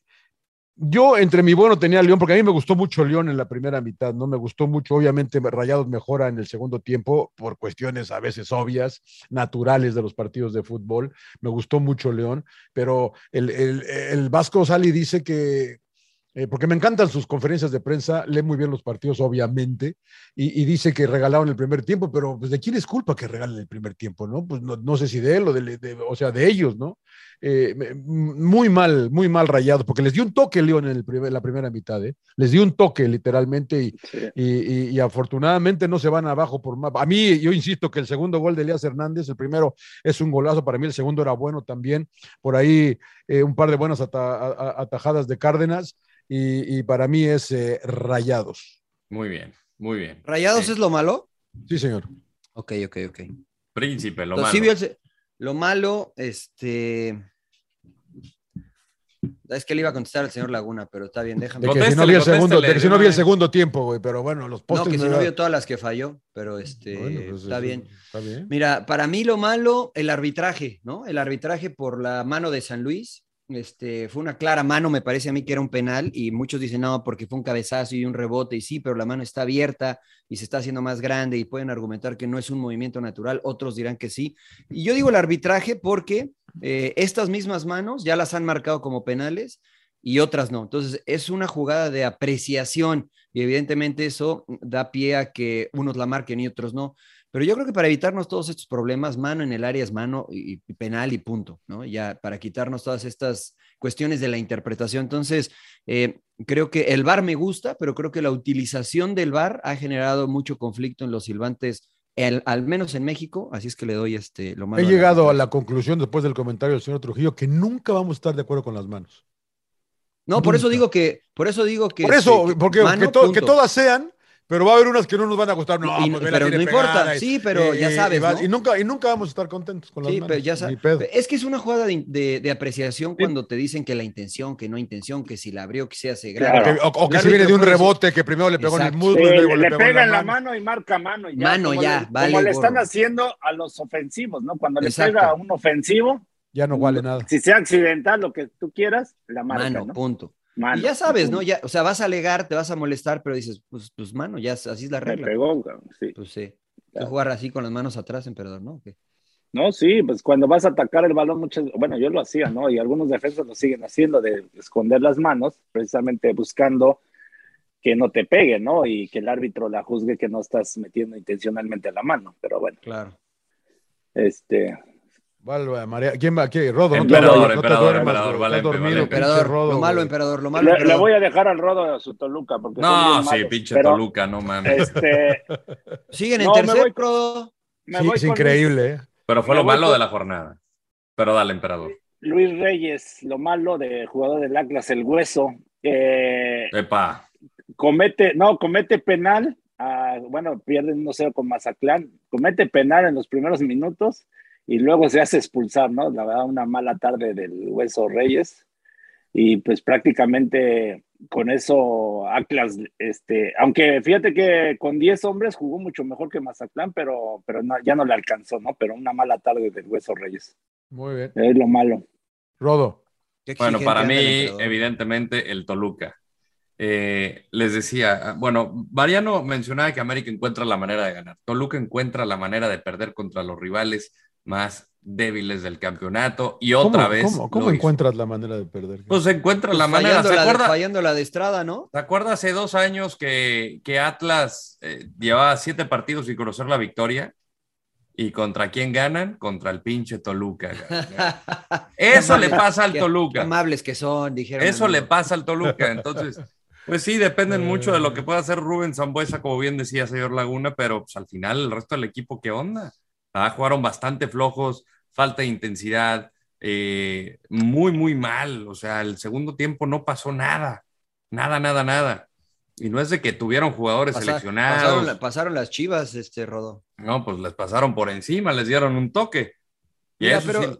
yo entre mi bueno tenía a León, porque a mí me gustó mucho León en la primera mitad, ¿no? Me gustó mucho, obviamente Rayados mejora en el segundo tiempo por cuestiones a veces obvias, naturales de los partidos de fútbol. Me gustó mucho León, pero el, el- el Vasco sale y dice que, eh, porque me encantan sus conferencias de prensa, lee muy bien los partidos, obviamente, y, y dice que regalaron el primer tiempo, pero pues, ¿de quién es culpa que regalen el primer tiempo, no? Pues no, no sé si de él o, de, de- o sea, de ellos, ¿no? Eh, me- muy mal, muy mal rayado, porque les dio un toque León en el primer- la primera mitad, ¿eh? Les dio un toque literalmente y,
Sí.
y, y- y afortunadamente no se van abajo por más. A mí, yo insisto que el segundo gol de Elías Hernández, el primero es un golazo, para mí el segundo era bueno también. Por ahí eh, un par de buenas ata- a- a- atajadas de Cárdenas y, y para mí es eh, rayados.
Muy bien, muy bien.
¿Rayados
Sí.
es lo malo?
Sí, señor.
Ok, ok, ok.
Príncipe, lo
Entonces,
malo.
sí vio el se- lo malo, este. Es que le iba a contestar al señor Laguna, pero está bien, déjame.
De que si
Contéstele,
no vi el segundo, de que
contéstele,
si no
de
vi
una
el
vez.
segundo tiempo, güey, pero bueno, los
No,
postes
que si
me
no
da-
vio todas las que falló, pero este,
Bueno, pues,
está
eso-
bien.
Está bien.
Mira, para mí lo malo, el arbitraje, ¿no? El arbitraje por la mano de San Luis. Este, fue una clara mano, me parece a mí que era un penal y muchos dicen, no, porque fue un cabezazo y un rebote y sí, pero la mano está abierta y se está haciendo más grande y pueden argumentar que no es un movimiento natural, otros dirán que sí. Y yo digo el arbitraje porque eh, estas mismas manos ya las han marcado como penales y otras no. Entonces, es una jugada de apreciación y evidentemente eso da pie a que unos la marquen y otros no. Pero yo creo que para evitarnos todos estos problemas, mano en el área es mano y, y penal y punto, ¿no? Ya para quitarnos todas estas cuestiones de la interpretación. Entonces, eh, creo que el VAR me gusta, pero creo que la utilización del VAR ha generado mucho conflicto en los silbantes, el- al menos en México, así es que le doy este, lo más...
He llegado a la conclusión después del comentario del señor Trujillo que nunca vamos a estar de acuerdo con las manos.
No, por eso
nunca.
digo que... Por eso digo que...
Por
este,
eso,
que
porque
mano,
que, to- que
punto.
todas sean, pero va a haber unas que no nos van a gustar. No,
Y-
pues, ve la
pero no
tiene
importa,
pegada y-
sí, pero
y-
ya
y-
sabes,
Y, va-
¿no?
y nunca, y nunca vamos a estar contentos con las
Sí,
manos. pues,
pero ya
ni
sabes.
pedo.
Es que es una jugada de, de- de apreciación cuando te dicen que la intención, que no intención, que si la abrió, que se hace grande.
Claro.
Que- o, o que
El
si viene de
árbitro
un
puede decir-
rebote que primero le pegó en el
Exacto.
muslo
Sí,
y luego
Eh, le,
le, pegó
pegan
en la, mano.
y marca mano. Y ya,
Mano,
como
ya,
le, como
vale,
le están
gorro.
haciendo a los ofensivos, ¿no? Cuando
Exacto.
le pega a un ofensivo,
Ya no vale nada.
si sea accidental, lo que tú quieras, la marca,
Mano,
¿no?
punto.
Mano.
Y ya sabes, ¿no? Ya, o sea, vas a alegar, te vas a molestar, pero dices, pues, pues mano, ya es- así es la
Me
regla.
pegó, cabrón, sí.
Pues sí.
Claro.
Jugar así con las manos atrás, emperador, ¿no? ¿Qué?
No, sí, pues cuando vas a atacar el balón, muchas, bueno, yo lo hacía, ¿no? Y algunos defensas lo siguen haciendo, de esconder las manos, precisamente buscando que no te pegue, ¿no? Y que el árbitro la juzgue que no estás metiendo intencionalmente la mano. Pero bueno,
Claro.
este,
Vale, María. ¿Quién va? ¿Qué? Rodo, no te
Emperador,
duermas, no te
emperador,
duermas,
emperador,
güey.
vale,
Estás dormido,
vale,
pinche
Emperador,
Rodo,
lo malo,
güey.
emperador, lo malo.
le, le
emperador.
voy a dejar al rodo a su Toluca, porque son
No,
bien
sí,
malos,
pinche
pero,
Toluca, no mames.
Este,
Siguen en
No, me
tercer,
voy-
Rodo?
me voy
Sí, es
con este.
increíble, ¿eh?
Pero fue
Me
lo
voy
malo
con-
de la jornada. Pero dale, emperador.
Luis Reyes, lo malo de jugador del Atlas, el hueso, eh,
Epa.
comete, no, comete penal, ah, bueno, pierden 1-0 con Mazatlán, comete penal en los primeros minutos y luego se hace expulsar, ¿no? La verdad, una mala tarde del hueso Reyes. Y pues prácticamente con eso Atlas, este, aunque fíjate que con 10 hombres jugó mucho mejor que Mazatlán, pero, pero no- ya no le alcanzó, ¿no? Pero una mala tarde del hueso Reyes.
Muy bien.
Es lo malo.
Rodo.
Bueno, para mí,
Emperador.
evidentemente, el Toluca. Eh, les decía, bueno, Mariano mencionaba que América encuentra la manera de ganar. Toluca encuentra la manera de perder contra los rivales más débiles del campeonato y otra
¿Cómo-
vez.
¿Cómo, cómo
lo hizo.
encuentras la manera de perder?
Pues encuentra la manera.
fallando,
¿Se
la de,
acuerda?
fallando la de Estrada, ¿no?
¿Te acuerdas hace dos años que, que Atlas eh, llevaba siete partidos sin conocer la victoria? ¿Y contra quién ganan? Contra el pinche Toluca. Eso le pasa al
Qué-
Toluca.
qué amables que son, dijeron.
Eso le
amigos.
pasa al Toluca. Entonces, pues sí,
Eh.
dependen mucho de lo que pueda hacer Rubén Zambuesa, como bien decía señor Laguna, pero pues, al final el resto del equipo, ¿qué onda? Ah, jugaron bastante flojos, falta de intensidad, eh, muy, muy mal. O sea, el segundo tiempo no pasó nada, nada, nada, nada. Y no es de que tuvieron jugadores
Pasa-
seleccionados.
Pasaron, la- pasaron las chivas, este Rodo.
No, pues les pasaron por encima, les dieron un toque. Y
Mira,
eso
pero,
sí-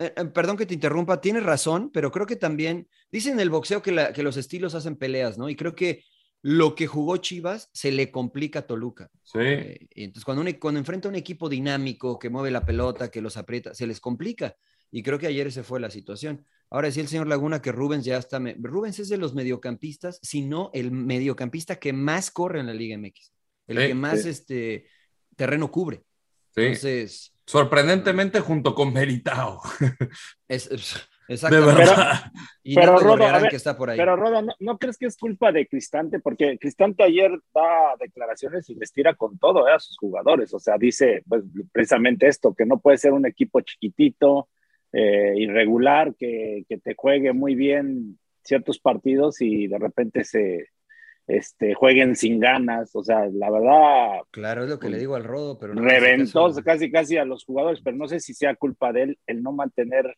eh, eh, perdón que te interrumpa, tienes razón, pero creo que también dicen en el boxeo que, la- que los estilos hacen peleas, ¿no? Y creo que lo que jugó Chivas se le complica a Toluca.
sí.
Eh, y entonces, cuando, un- cuando enfrenta a un equipo dinámico que mueve la pelota, que los aprieta, se les complica. Y creo que ayer esa fue la situación. Ahora decía el señor Laguna que Rubens ya está. me- Rubens es de los mediocampistas, si no el mediocampista que más corre en la Liga MX, el
Sí,
que más
sí.
este, terreno cubre.
Sí.
Entonces,
Sorprendentemente junto con Meritao.
es, es-
De
exactamente.
verdad.
y
pero
Nando
Rodo,
Gorriarán,
a ver,
que está por ahí.
Pero Roda, ¿no, no crees que es culpa de Cristante? Porque Cristante ayer da declaraciones y les tira con todo ¿eh? a sus jugadores. O sea, dice pues, precisamente esto, que no puede ser un equipo chiquitito, eh, irregular, que, que te juegue muy bien ciertos partidos y de repente se este, jueguen sin ganas. O sea, la verdad,
claro, es lo que le digo al Rodo, pero no
reventó
hace caso.
casi casi a los jugadores, pero no sé si sea culpa de él el no mantener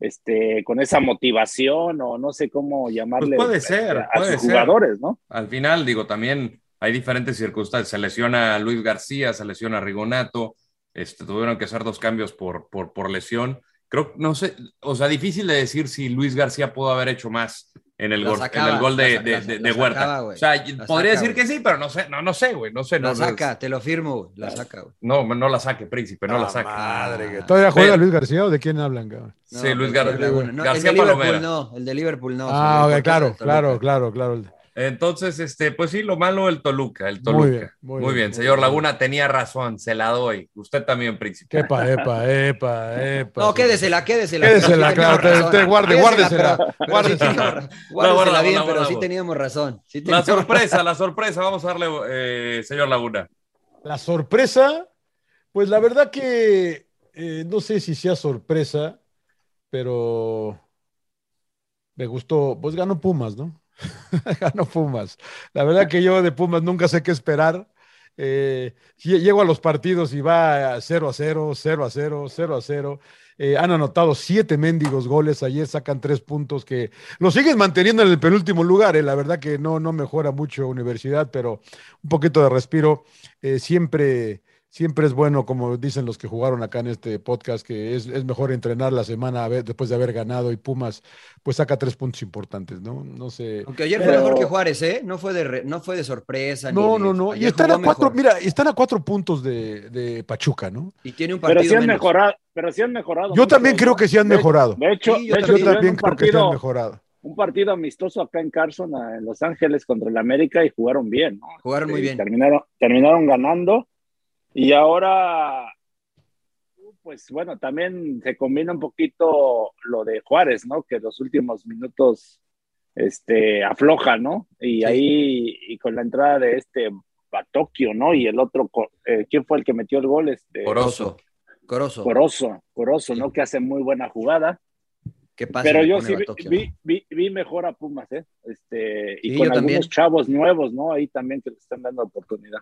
este con esa motivación o no sé cómo llamarle
Pues
puede
a-
ser,
a,
puede
sus
ser.
jugadores, ¿no?
Al final, digo, también hay diferentes circunstancias. Se lesiona a Luis García, se lesiona a Rigonato, este, tuvieron que hacer dos cambios por, por, por lesión. Creo, no sé, o sea, difícil de decir si Luis García pudo haber hecho más en el,
La
gol,
sacaba,
en el gol de,
la sa-
de-
la-
de-
la
de Huerta.
sacaba, güey.
o sea,
La
podría
saca,
decir que sí, pero no sé, no, no sé, güey, no sé.
La
no,
saca, te lo firmo, güey, la saca. güey.
No, no la saque, príncipe, no la saque.
¿Todavía juega
Pero-
Luis García o de quién hablan? cabrón?
Sí,
No,
Luis
pero
Gar-
Laguna. No,
García
el de Liverpool
Palomera.
no, el de Liverpool no.
ah,
señor,
ok, claro,
porque es el
claro,
Toluca.
claro, claro.
Entonces, este, pues sí, lo malo el Toluca, el Toluca. Muy
Muy bien,
bien,
muy bien, muy
señor
bien.
Laguna tenía razón, se la doy. Usted también, príncipe.
Epa, epa, epa, epa.
No, quédesela, quédesela.
Quédesela,
Sí
claro,
teníamos
te-
razón.
te guarde,
Quédesela, pero- pero
guárdesela,
sí
guárdesela.
teníamos ra-
guarda,
guárdesela bien,
guarda,
pero sí
guarda.
teníamos razón. sí
La
teníamos
sorpresa, la sorpresa, vamos a darle, eh, señor Laguna.
La sorpresa, pues la verdad que eh, no sé si sea sorpresa, pero me gustó. Pues ganó Pumas, ¿no? ganó Pumas. La verdad que yo de Pumas nunca sé qué esperar. Eh, lle- llego a los partidos y va a 0 a 0, 0 a 0, 0 a 0. Eh, han anotado siete mendigos goles. Ayer sacan tres puntos que lo siguen manteniendo en el penúltimo lugar. eh. La verdad que no, no mejora mucho Universidad, pero un poquito de respiro. Eh, siempre, siempre es bueno, como dicen los que jugaron acá en este podcast, que es, es mejor entrenar la semana a ver- después de haber ganado y Pumas, pues saca tres puntos importantes, ¿no? No sé.
Aunque ayer fue
Pero-
mejor que Juárez, ¿eh? No fue de, re- no fue de sorpresa.
No,
ni
no,
de-
no.
ayer
Y están
jugó
a cuatro,
mejor.
mira, están a cuatro puntos de, de Pachuca, ¿no?
Y tiene un partido
Pero sí han
menos.
mejorado, pero sí han mejorado.
Yo
mucho,
también
¿no?
creo que sí han
De-
mejorado.
De hecho,
Sí, yo
de hecho, yo
Yo
en
también
un
creo que sí han
partido,
mejorado.
un partido amistoso acá en Carson, a- en Los Ángeles contra el América y jugaron bien, ¿no?
Jugaron muy
Eh,
bien.
Terminaron, terminaron ganando y ahora, pues bueno, también se combina un poquito lo de Juárez, ¿no? Que los últimos minutos este, afloja, ¿no? Y
Sí.
ahí, y con la entrada de este Batocchio, ¿no? Y el otro, co- eh, ¿quién fue el que metió el gol? Este,
Coroso. Coroso.
Corozo, Corozo, ¿no? Que hace muy buena jugada.
¿Qué pasa?
Pero yo
Pone
sí vi-
Batocchio, ¿no?
vi, vi- vi mejor a Pumas, ¿eh? Este, y
Sí,
con
yo
algunos
también.
chavos nuevos, ¿no? Ahí también que le están dando oportunidad.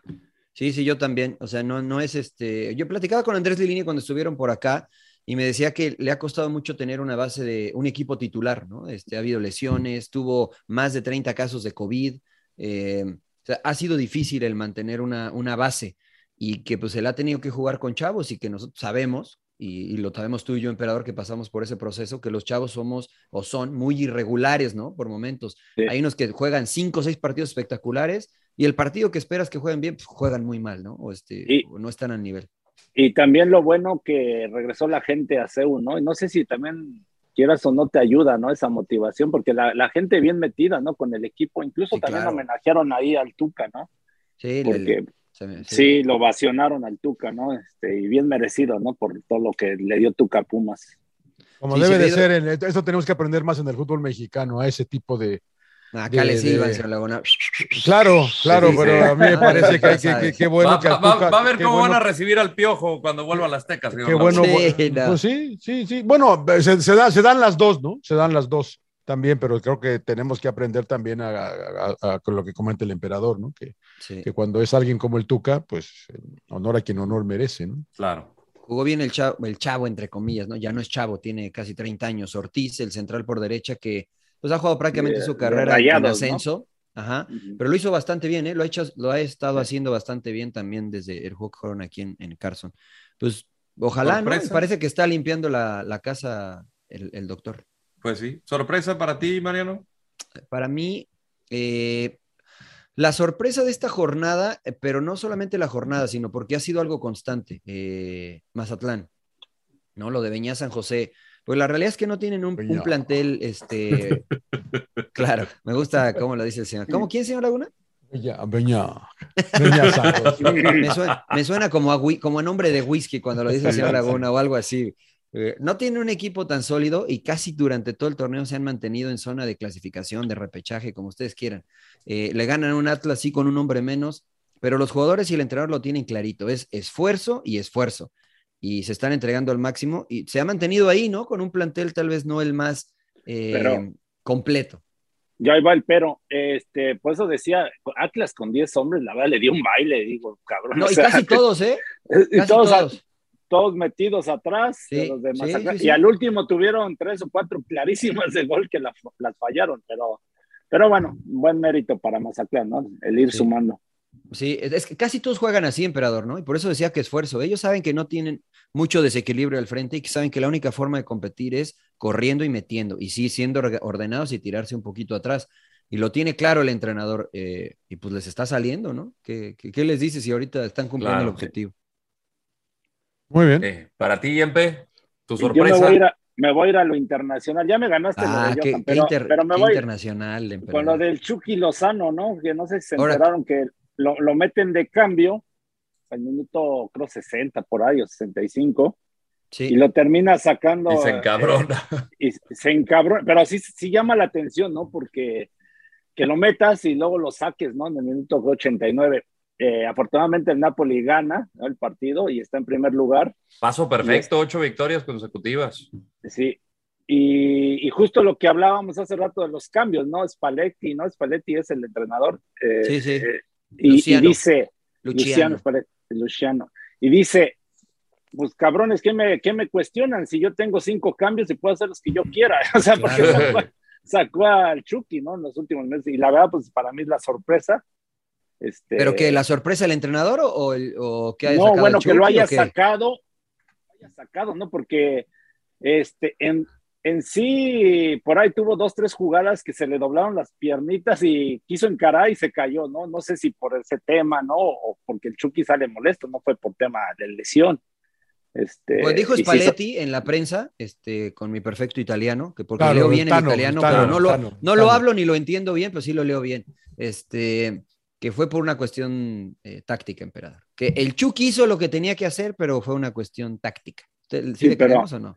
Sí, sí, yo también. O sea, no, no es este. Yo platicaba con Andrés Lilini cuando estuvieron por acá y me decía que le ha costado mucho tener una base de un equipo titular, ¿no? Este, ha habido lesiones, tuvo más de 30 casos de COVID. eh, o sea, ha sido difícil el mantener una, una base y que pues él ha tenido que jugar con chavos y que nosotros sabemos, y, y lo sabemos tú y yo, emperador, que pasamos por ese proceso, que los chavos somos o son muy irregulares, ¿no? Por momentos. Hay unos que juegan cinco o seis partidos espectaculares y el partido que esperas que jueguen bien, pues juegan muy mal, ¿no? O, este, o no están al nivel.
Y también lo bueno que regresó la gente a CEU, ¿no? Y no sé si también quieras o no te ayuda, ¿no? Esa motivación, porque la, la gente bien metida, ¿no? Con el equipo, incluso también
claro.
homenajearon ahí al Tuca, ¿no?
Sí,
Porque-
le- se me-
Sí, lo vacionaron al Tuca, ¿no? Este, y bien merecido, ¿no? Por todo lo que le dio Tuca a Pumas.
Como
Sí,
debe
se
de
ve-
ser, en- eso tenemos que aprender más en el fútbol mexicano, a ese tipo de...
Acá
de-
le
de-
silban, señor Laguna.
Claro, claro,
Sí, sí.
pero a mí me parece que hay que, que- qué bueno
va,
que
va-
al Tuca-
va a ver
qué
cómo
bueno-
van a recibir al piojo cuando vuelva a las tecas.
Qué bueno. bu- Pues sí, sí, sí. Bueno, eh, se, se da- se dan las dos, ¿no? Se dan las dos también, pero creo que tenemos que aprender también a, a- a- a- con lo que comenta el emperador, ¿no? Que,
Sí.
que cuando es alguien como el Tuca, pues eh, honor a quien honor merece, ¿no?
Claro.
Jugó bien el chavo, el chavo, entre comillas, ¿no? Ya no es chavo, tiene casi 30 años. Ortiz, el central por derecha, que pues ha jugado prácticamente
De-
su
de
carrera en
Rayados,
ascenso. Ajá. Pero lo hizo bastante bien, ¿eh? Lo ha, hecho, lo ha estado haciendo bastante bien también desde el juego que jugaron aquí en, en Carson. Pues ojalá, ¿no?
Sorpresa.
Parece que está limpiando la, la casa el, el doctor.
Pues sí. ¿Sorpresa para ti, Mariano?
Para mí, eh, la sorpresa de esta jornada, eh, pero no solamente la jornada, sino porque ha sido algo constante. eh, Mazatlán, ¿no? Lo de Beñá San José. Pues la realidad es que no tienen un, un
Beñá.
plantel, este, claro, me gusta cómo lo dice el señor. ¿Cómo quién, señor Laguna?
Beña, Beña, Beña Santos.
Me suena, me suena como, a, whi- como a nombre de whisky cuando lo dice el señor Laguna o algo así. Eh, no tiene un equipo tan sólido y casi durante todo el torneo se han mantenido en zona de clasificación, de repechaje, como ustedes quieran. Eh, le ganan a un Atlas sí con un hombre menos, pero los jugadores y el entrenador lo tienen clarito. Es esfuerzo y esfuerzo. Y se están entregando al máximo y se ha mantenido ahí, ¿no? Con un plantel tal vez no el más eh,
Pero-
completo.
Ya ahí va el pero. Este, por eso decía, Atlas con 10 hombres, la verdad le dio un baile, digo, cabrón.
No,
o
y
sea,
casi todos, ¿eh?
y
Casi
todos,
todos.
todos metidos atrás, de
Sí,
los de
sí,
Mazatlán.
sí, sí.
Y al último tuvieron tres o cuatro clarísimas de gol que la- las fallaron, pero, pero bueno, buen mérito para Mazatlán, ¿no? El ir
Sí.
sumando.
Sí, es- es que casi todos juegan así, emperador, ¿no? Y por eso decía que esfuerzo. Ellos saben que no tienen mucho desequilibrio al frente y que saben que la única forma de competir es corriendo y metiendo. Y sí, siendo orga- ordenados y tirarse un poquito atrás. Y lo tiene claro el entrenador. eh, y pues les está saliendo, ¿no? ¿Qué, qué, qué les dice si ahorita están cumpliendo
Claro,
el objetivo?
Muy bien.
Eh, para ti, Yempe, tu
Y Yo me
sorpresa.
voy, a ir a, me voy a ir a lo internacional. Ya me ganaste lo de
Ah, qué,
Johan,
qué
pero,
inter-
pero me
qué
voy
internacional,
con lo
emperador.
del Chucky Lozano, ¿no? Que no sé si se
Ahora-
enteraron que lo, lo meten de cambio al minuto, creo, 60 por ahí o 65.
Sí.
Y lo termina sacando.
Y se encabrona.
y se encabrona. Pero sí, sí llama la atención, ¿no? Porque que lo metas y luego lo saques, ¿no? En el minuto 89. Eh, afortunadamente el Napoli gana ¿no? el partido y está en primer lugar.
Paso perfecto, ocho victorias consecutivas.
Sí. Y, y justo lo que hablábamos hace rato de los cambios, ¿no? Spalletti, ¿no? Spalletti es el entrenador. eh,
Sí, sí.
eh, y,
Luciano.
y dice,
Luciano.
Luciano. Spalletti, Luciano. Y dice, pues cabrones, ¿qué me, qué me cuestionan si yo tengo cinco cambios y puedo hacer los que yo quiera? O sea, porque
Claro.
sacó, sacó al Chucky, ¿no? En los últimos meses. Y la verdad, pues para mí es la sorpresa. Este,
¿Pero que la sorpresa del entrenador o, o el- o que haya
no,
sacado el
bueno, que lo
Chucky,
haya
o qué?
sacado, haya sacado, ¿no? Porque este, en, en sí, por ahí tuvo dos, tres jugadas que se le doblaron las piernitas y quiso encarar y se cayó, ¿no? No sé si por ese tema, ¿no? O porque el Chucky sale molesto, no fue por tema de lesión. Este,
Pues dijo
y sí,
Spalletti en la prensa, este, con mi perfecto italiano, que porque
Claro,
leo
el
bien
Tano,
el italiano,
el Tano,
pero no, lo,
Tano,
no lo
Tano.
hablo ni lo entiendo bien, pero sí lo leo bien. Este, que fue por una cuestión eh, táctica, emperador. Que el Chucky hizo lo que tenía que hacer, pero fue una cuestión táctica. ¿Usted- ¿Sí,
Sí,
le
pero-
creemos o no?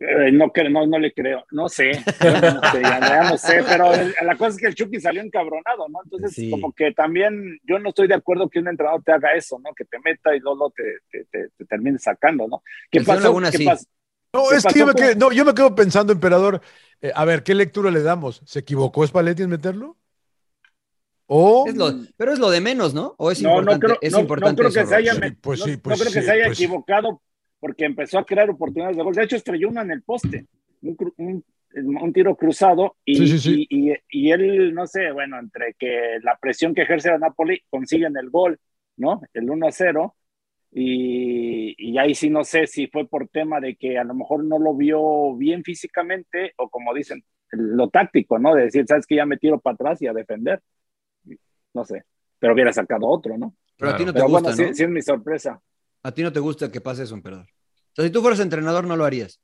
Eh, no, cre- no, no le creo, no sé, Yo no sé, ya, ya no sé, pero el- la cosa es que el Chucky salió encabronado, ¿no? Entonces,
Sí.
como que también yo no estoy de acuerdo que un entrenador te haga eso, ¿no? Que te meta y luego te, te, te- te termine sacando, ¿no? ¿Qué
El señor
pasó?
Laguna
¿Qué
sí.
pasó?
No,
¿Qué
es que yo me,
pasó
quedo, no, yo me quedo pensando, emperador, eh, a ver, ¿qué lectura le damos? ¿Se equivocó Spalletti en meterlo? O...
Es lo- pero es lo de menos, ¿no? ¿O es
no,
importante?
no creo,
es
no- no
importante
creo que
eso,
se haya,
Rocha.
met-
pues
no-
sí,
no
pues
creo que
sí,
se haya
pues sí.
equivocado porque empezó a crear oportunidades de gol. De hecho, estrelló una en el poste, un, cru- un- un tiro cruzado y,
Sí, sí, sí.
Y, y- y él, no sé, bueno, entre que la presión que ejerce a Napoli consiguen el gol, ¿no? El 1-0. Y, y ahí sí no sé si fue por tema de que a lo mejor no lo vio bien físicamente o como dicen, lo táctico, ¿no? De decir, sabes que ya me tiro para atrás y a defender. No sé, pero hubiera sacado otro, ¿no?
Pero a ti no te
Pero
gusta,
bueno, sí,
¿no?
sí es mi sorpresa.
A ti no te gusta que pase eso, emperador. O sea, si tú fueras entrenador, no lo harías.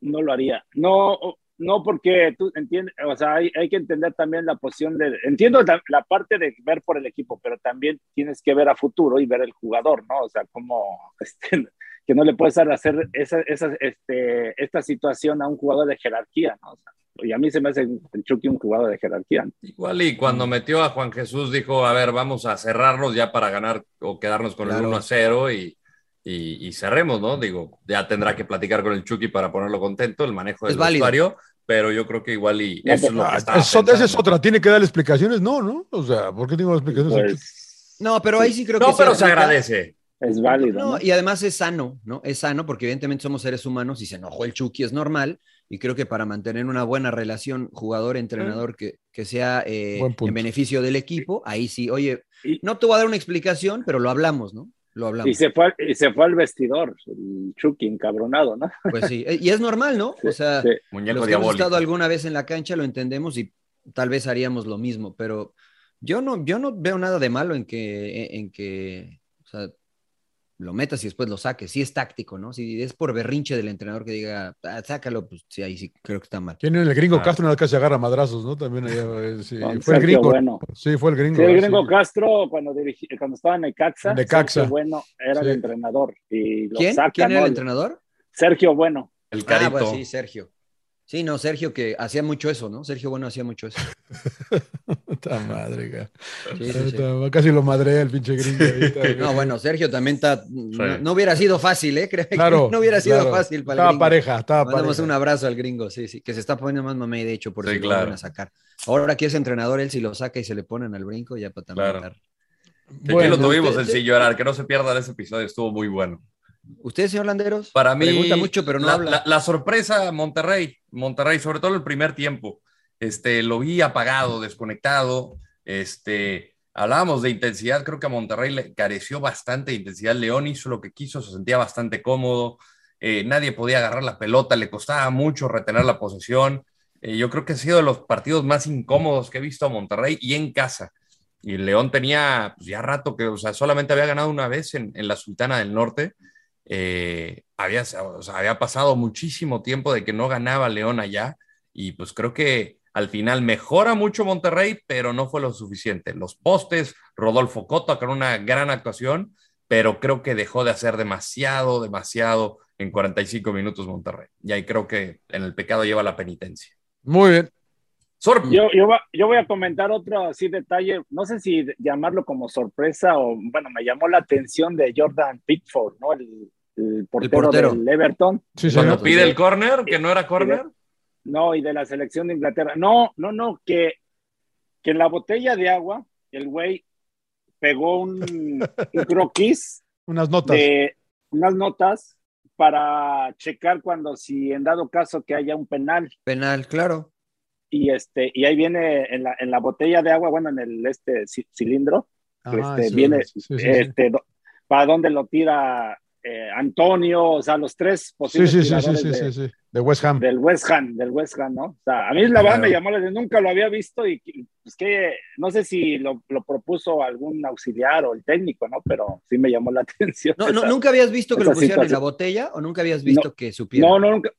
No lo haría. No, no porque tú entiendes, o sea, hay, hay que entender también la posición de, entiendo la, la parte de ver por el equipo, pero también tienes que ver a futuro y ver el jugador, ¿no? O sea, como este, que no le puedes hacer esa, esa, este, esta situación a un jugador de jerarquía, ¿no? O sea, y a mí se me hace el Chucky un jugador de jerarquía. ¿no?
Igual y cuando metió a Juan Jesús dijo, a ver, vamos a cerrarnos ya para ganar o quedarnos con el
Claro.
1 a 0 y, y- y cerremos, ¿no? Digo, ya tendrá que platicar con el Chucky para ponerlo contento, el manejo
Es
del
válido.
vestuario, pero yo creo que igual y
No,
eso es lo
Ah,
que estaba
es otra- esa es
pensando.
otra, tiene que dar explicaciones, no, ¿no? O sea, ¿por qué tengo explicaciones?
Pues
No, pero ahí sí creo que
No,
sí
pero se
aplica.
agradece.
es válido.
No,
¿no?
y además es sano, ¿no? Es sano porque evidentemente somos seres humanos y se enojó el Chucky, es normal. Y creo que para mantener una buena relación jugador-entrenador que, que sea eh,
Buen punto.
en beneficio del equipo, ahí sí, oye,
Y-
no te voy a dar una explicación, pero lo hablamos, ¿no? Lo hablamos.
Y se, fue, al- y se fue al vestidor, el Chucky encabronado, ¿no?
Pues sí, Eh, y es normal, ¿no? O sea,
Sí.
Muñeco
los que hemos
diabólico.
estado alguna vez en la cancha lo entendemos y tal vez haríamos lo mismo, pero yo no, yo no veo nada de malo en que, e-, en que o sea, lo metas y después lo saques. Si es táctico, ¿no? Si es por berrinche del entrenador que diga, "Ah, sácalo, pues sí, ahí sí creo que está mal.
Tiene el gringo
Ah.
Castro una vez que se agarra a madrazos, ¿no? También allá, eh, sí,
Con
fue el
Sergio
gringo.
Bueno.
Sí, fue el gringo.
Sí, el
sí.
gringo Castro, cuando, dirigi- cuando estaba en Necaxa,
Necaxa.
Sergio Bueno era
Sí.
el entrenador. Y lo
¿Quién?
saca,
¿Quién era
¿no?
el entrenador?
Sergio Bueno.
El
Ah,
carito.
pues sí, Sergio. Sí, no, Sergio que hacía mucho eso, ¿no? Sergio Bueno hacía mucho eso.
Puta madre, cara.
Sí, sí, sí.
Puta, Casi lo madrea el pinche gringo. ahorita, güey.
No, bueno, Sergio también está. No, no hubiera sido fácil, ¿eh? Créeme que
Claro.
no hubiera sido
claro.
fácil para el
Estaba
gringo.
pareja, estaba
Mandamos
pareja.
un abrazo al gringo, sí, sí, que se está poniendo más mamey, de hecho, por
Sí,
eso lo
claro.
van a sacar. Ahora que es entrenador, él si lo saca y se le ponen al brinco, ya para también.
Claro.
dar.
Que aquí
Bueno,
lo tuvimos
usted-
en Sin Llorar, que no se pierda ese episodio, estuvo muy bueno.
¿Ustedes, señor Landeros?
Para mí,
Pregunta mucho, pero no
la,
habla.
la- la sorpresa, Monterrey, Monterrey, sobre todo el primer tiempo, este, lo vi apagado, desconectado, este, hablábamos de intensidad, creo que a Monterrey le careció bastante de intensidad, León hizo lo que quiso, se sentía bastante cómodo, eh, nadie podía agarrar la pelota, le costaba mucho retener la posesión, eh, yo creo que ha sido de los partidos más incómodos que he visto a Monterrey y en casa. Y León tenía pues, ya rato que, o sea, solamente había ganado una vez en- en la Sultana del Norte eh, había, o sea, había pasado muchísimo tiempo de que no ganaba León allá y pues creo que al final mejora mucho Monterrey, pero no fue lo suficiente. Los postes, Rodolfo Cota con una gran actuación, pero creo que dejó de hacer demasiado, demasiado en 45 minutos Monterrey. Y ahí creo que en el pecado lleva la penitencia.
Muy bien. Mm.
Sor-
Yo, yo, va- yo voy a comentar otro así detalle, no sé si llamarlo como sorpresa o, bueno, me llamó la atención de Jordan Pickford, ¿no? El, el portero,
portero.
del Everton,
Sí, señor.
Cuando pide
Pues,
el córner, que no era córner,
no, y de la selección de Inglaterra. No, no, no, que, que en la botella de agua, el güey pegó un, un croquis
Unas notas.
de unas notas para checar cuando si en dado caso que haya un penal
Penal, claro.
y este y ahí viene en la, en la botella de agua bueno en el este ci- cilindro
Ajá,
este,
sí,
viene
Ah, sí, sí, sí.
este do- para dónde lo tira eh, Antonio o sea los tres
Sí,
posibles
sí, sí, sí,
tiradores
sí,
de-
sí, sí. Ah, De West Ham.
del West Ham del West Ham no o sea a mí la verdad
Claro.
me llamó la atención, nunca lo había visto y y, pues que no sé si lo, lo propuso algún auxiliar o el técnico no pero sí me llamó la atención
No, no,
esa-
¿Nunca habías visto que
esa
lo pusieran en la
situación.
botella o nunca habías visto que supiera?
No, no, nunca.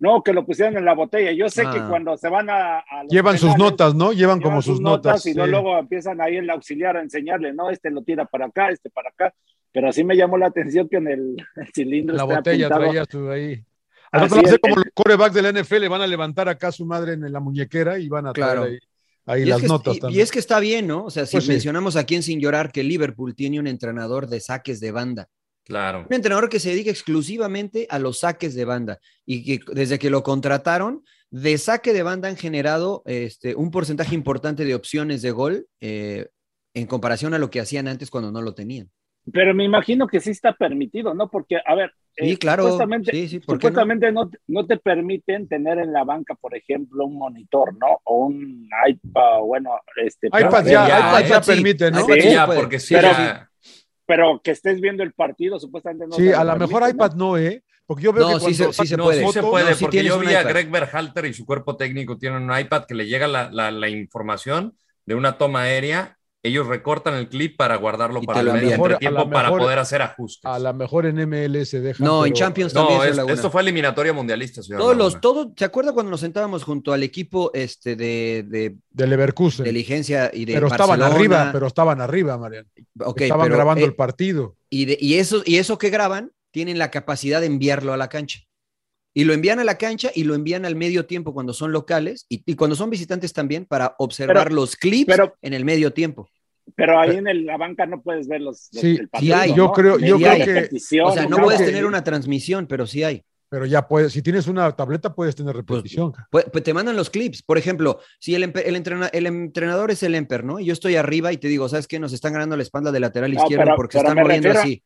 No, que lo pusieran en la botella. Yo sé
Ah.
que cuando se van a. a los
Llevan sus
penales,
notas, ¿no? Llevan
llevan
como sus notas.
Y no,
sí.
luego empiezan ahí el auxiliar a enseñarle, no, este lo tira para acá, este para acá. Pero sí me llamó la atención que en el, el cilindro.
La
esté
botella
apuntado.
traía su ahí.
Así
Al rato van a
es,
ser como
es-
los corebacks de la NFL, van a levantar acá a su madre en la muñequera y van a traer
Claro.
ahí, ahí
Y es
las
que-
notas
y- y,
también.
es que está bien, ¿no? O sea, si
Pues sí.
mencionamos aquí en Sin Llorar que Liverpool tiene un entrenador de saques de banda.
claro.
Un entrenador que se dedica exclusivamente a los saques de banda y que desde que lo contrataron De saque de banda han generado este, un porcentaje importante de opciones de gol eh, en comparación a lo que hacían antes cuando no lo tenían.
Pero me imagino que sí está permitido, ¿no? Porque, a ver, eh,
Sí, claro.
supuestamente,
Sí, sí, ¿por qué no?
supuestamente no? te- no te permiten tener en la banca, por ejemplo, un monitor, ¿no? O un iPad, bueno, este... pero-
iPad ya,
ya,
iPad ya
iPad sí.
permite, ¿no?
iPad
Sí,
sí
ya,
puede.
porque sí,
Pero-
ya.
Pero que estés viendo el partido, supuestamente no
Sí,
te
a lo mejor
permiten, ¿no?
iPad no, ¿eh? Porque yo veo
No,
que
sí se-
cuando
sí se
sacan
no,
puede.
sí
fotos-
se puede,
No, sí
porque
tienes
yo
un
vi a
iPad.
Greg Berhalter y su cuerpo técnico tienen un iPad que le llega la, la- la información de una toma aérea, ellos recortan el clip para guardarlo
Y
para
te lo
el
envían.
A
entretiempo
lo
para
mejor-
poder hacer ajustes.
A lo mejor en MLS dejan.
No, en
pero-
Champions también
No,
se
es-
laguna.
esto fue eliminatoria mundialista, señor.
Todos los,
Laguna.
todo, ¿se acuerda cuando nos sentábamos junto al equipo este, de, de
De Leverkusen.
inteligencia y de
pero estaban
Barcelona?
arriba, pero estaban arriba, Mariano.
Ok,
estaban
pero,
grabando
eh,
el partido.
y, de- y eso, y eso que graban, tienen la capacidad de enviarlo a la cancha. Y lo envían a la cancha y lo envían al medio tiempo cuando son locales y, y cuando son visitantes también para observar
Pero-
los clips
pero-
en el medio tiempo.
Pero ahí en el- la banca no puedes ver los, los-
Sí,
el partido,
sí hay.
Yo
¿no?
creo-
Ni
yo
la
creo que-
repetición,
O sea, no
nada.
puedes
que-
tener una transmisión, pero sí hay.
Pero ya puedes, si tienes una tableta, puedes tener repetición.
Pues, pues te mandan los clips. Por ejemplo, si el, empe- el, entrena- el entrenador es el Emper, ¿no? Y yo estoy arriba y te digo, ¿sabes qué? Nos están ganando la espalda de lateral
No,
izquierdo
pero-
porque se
pero
están
me
moviendo
refiero-
así.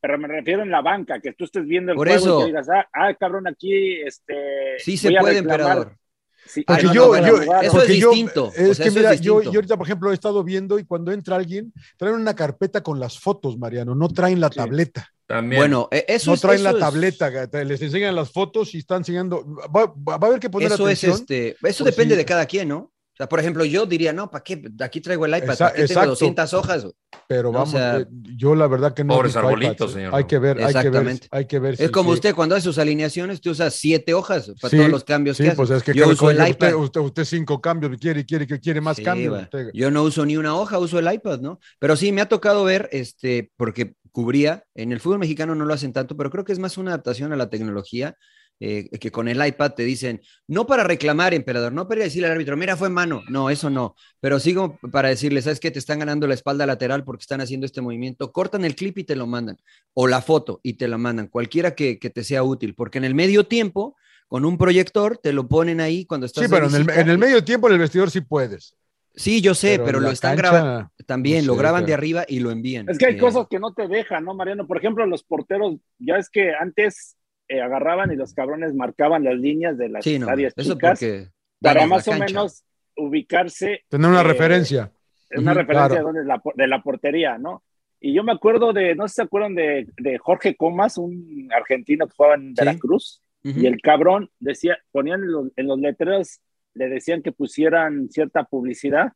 Pero me refiero en la banca, que tú estés viendo el
Por
juego
eso.
y que digas, ah, ah, cabrón, aquí este,
Sí se
voy a
puede,
reclamar".
emperador.
Sí,
Porque
ah, no,
yo-
no, no,
yo-
no, no, no.
eso
porque
es
yo-
distinto.
Es
O sea,
que
eso
mira,
es
yo,
distinto.
yo ahorita, por ejemplo, he estado viendo y cuando entra alguien, traen una carpeta con las fotos, Mariano, no traen la
Sí.
tableta.
También.
Bueno, e- eso
no
es-
traen
eso
la
es-
tableta, gata, les enseñan las fotos y están enseñando. Va, va- va a haber que poner
Eso es
atención.
este, eso
por
depende
si-
de cada quien, ¿no? O sea, por ejemplo, yo diría, no, ¿para qué? Aquí traigo el iPad,
Exa-
¿para qué tengo
exacto.
200 hojas?
Pero
O
vamos,
sea,
eh, yo la verdad que no. he
pobres
visto
arbolitos,
iPads, eh.
señor.
Hay que ver, hay que ver,
Exactamente.
hay que ver.
Es
si-
como
si-
usted, cuando hace sus alineaciones, tú usas siete hojas para
Sí,
todos los cambios
Sí,
que
pues
hace.
es que
yo
cada
uso el
cosa- usted,
iPad.
Usted, usted cinco cambios, quiere, quiere, que quiere más
Sí,
cambios.
va.
usted.
Yo no uso ni una hoja, uso el iPad, ¿no? Pero sí, me ha tocado ver, este, porque cubría, en el fútbol mexicano no lo hacen tanto, pero creo que es más una adaptación a la tecnología, eh, que con el iPad te dicen, no para reclamar, emperador, no para decirle al árbitro, mira, fue mano, no, eso no, pero sí como para decirle, ¿sabes qué? Te están ganando la espalda lateral porque están haciendo este movimiento, cortan el clip y te lo mandan, o la foto y te la mandan, cualquiera que, que te sea útil, porque en el medio tiempo, con un proyector, te lo ponen ahí cuando estás
Sí,
de
pero en el,
visita.
en el medio tiempo en el vestidor sí puedes.
Sí, yo sé, pero,
en
lo
la
están
cancha,
grabando. También
No
lo
sé,
graban de
pero-
arriba y lo envían.
Es que hay
Eh,
cosas que no te dejan, ¿no, Mariano? Por ejemplo, los porteros, ya es que antes eh, agarraban y los cabrones marcaban las líneas de las
eh, Sí, no.
áreas
Eso
chicas
porque.
para
dañas la
más o
cancha.
menos ubicarse
Tener una
Eh,
referencia.
es una
Ujú,
referencia
claro.
de, dónde es la por- de la portería, ¿no? Y yo me acuerdo de, no sé si se acuerdan de, de Jorge Comas, un argentino que jugaba en
Sí.
Veracruz,
Ujú.
y el cabrón decía, ponían en los, en los letreros, le decían que pusieran cierta publicidad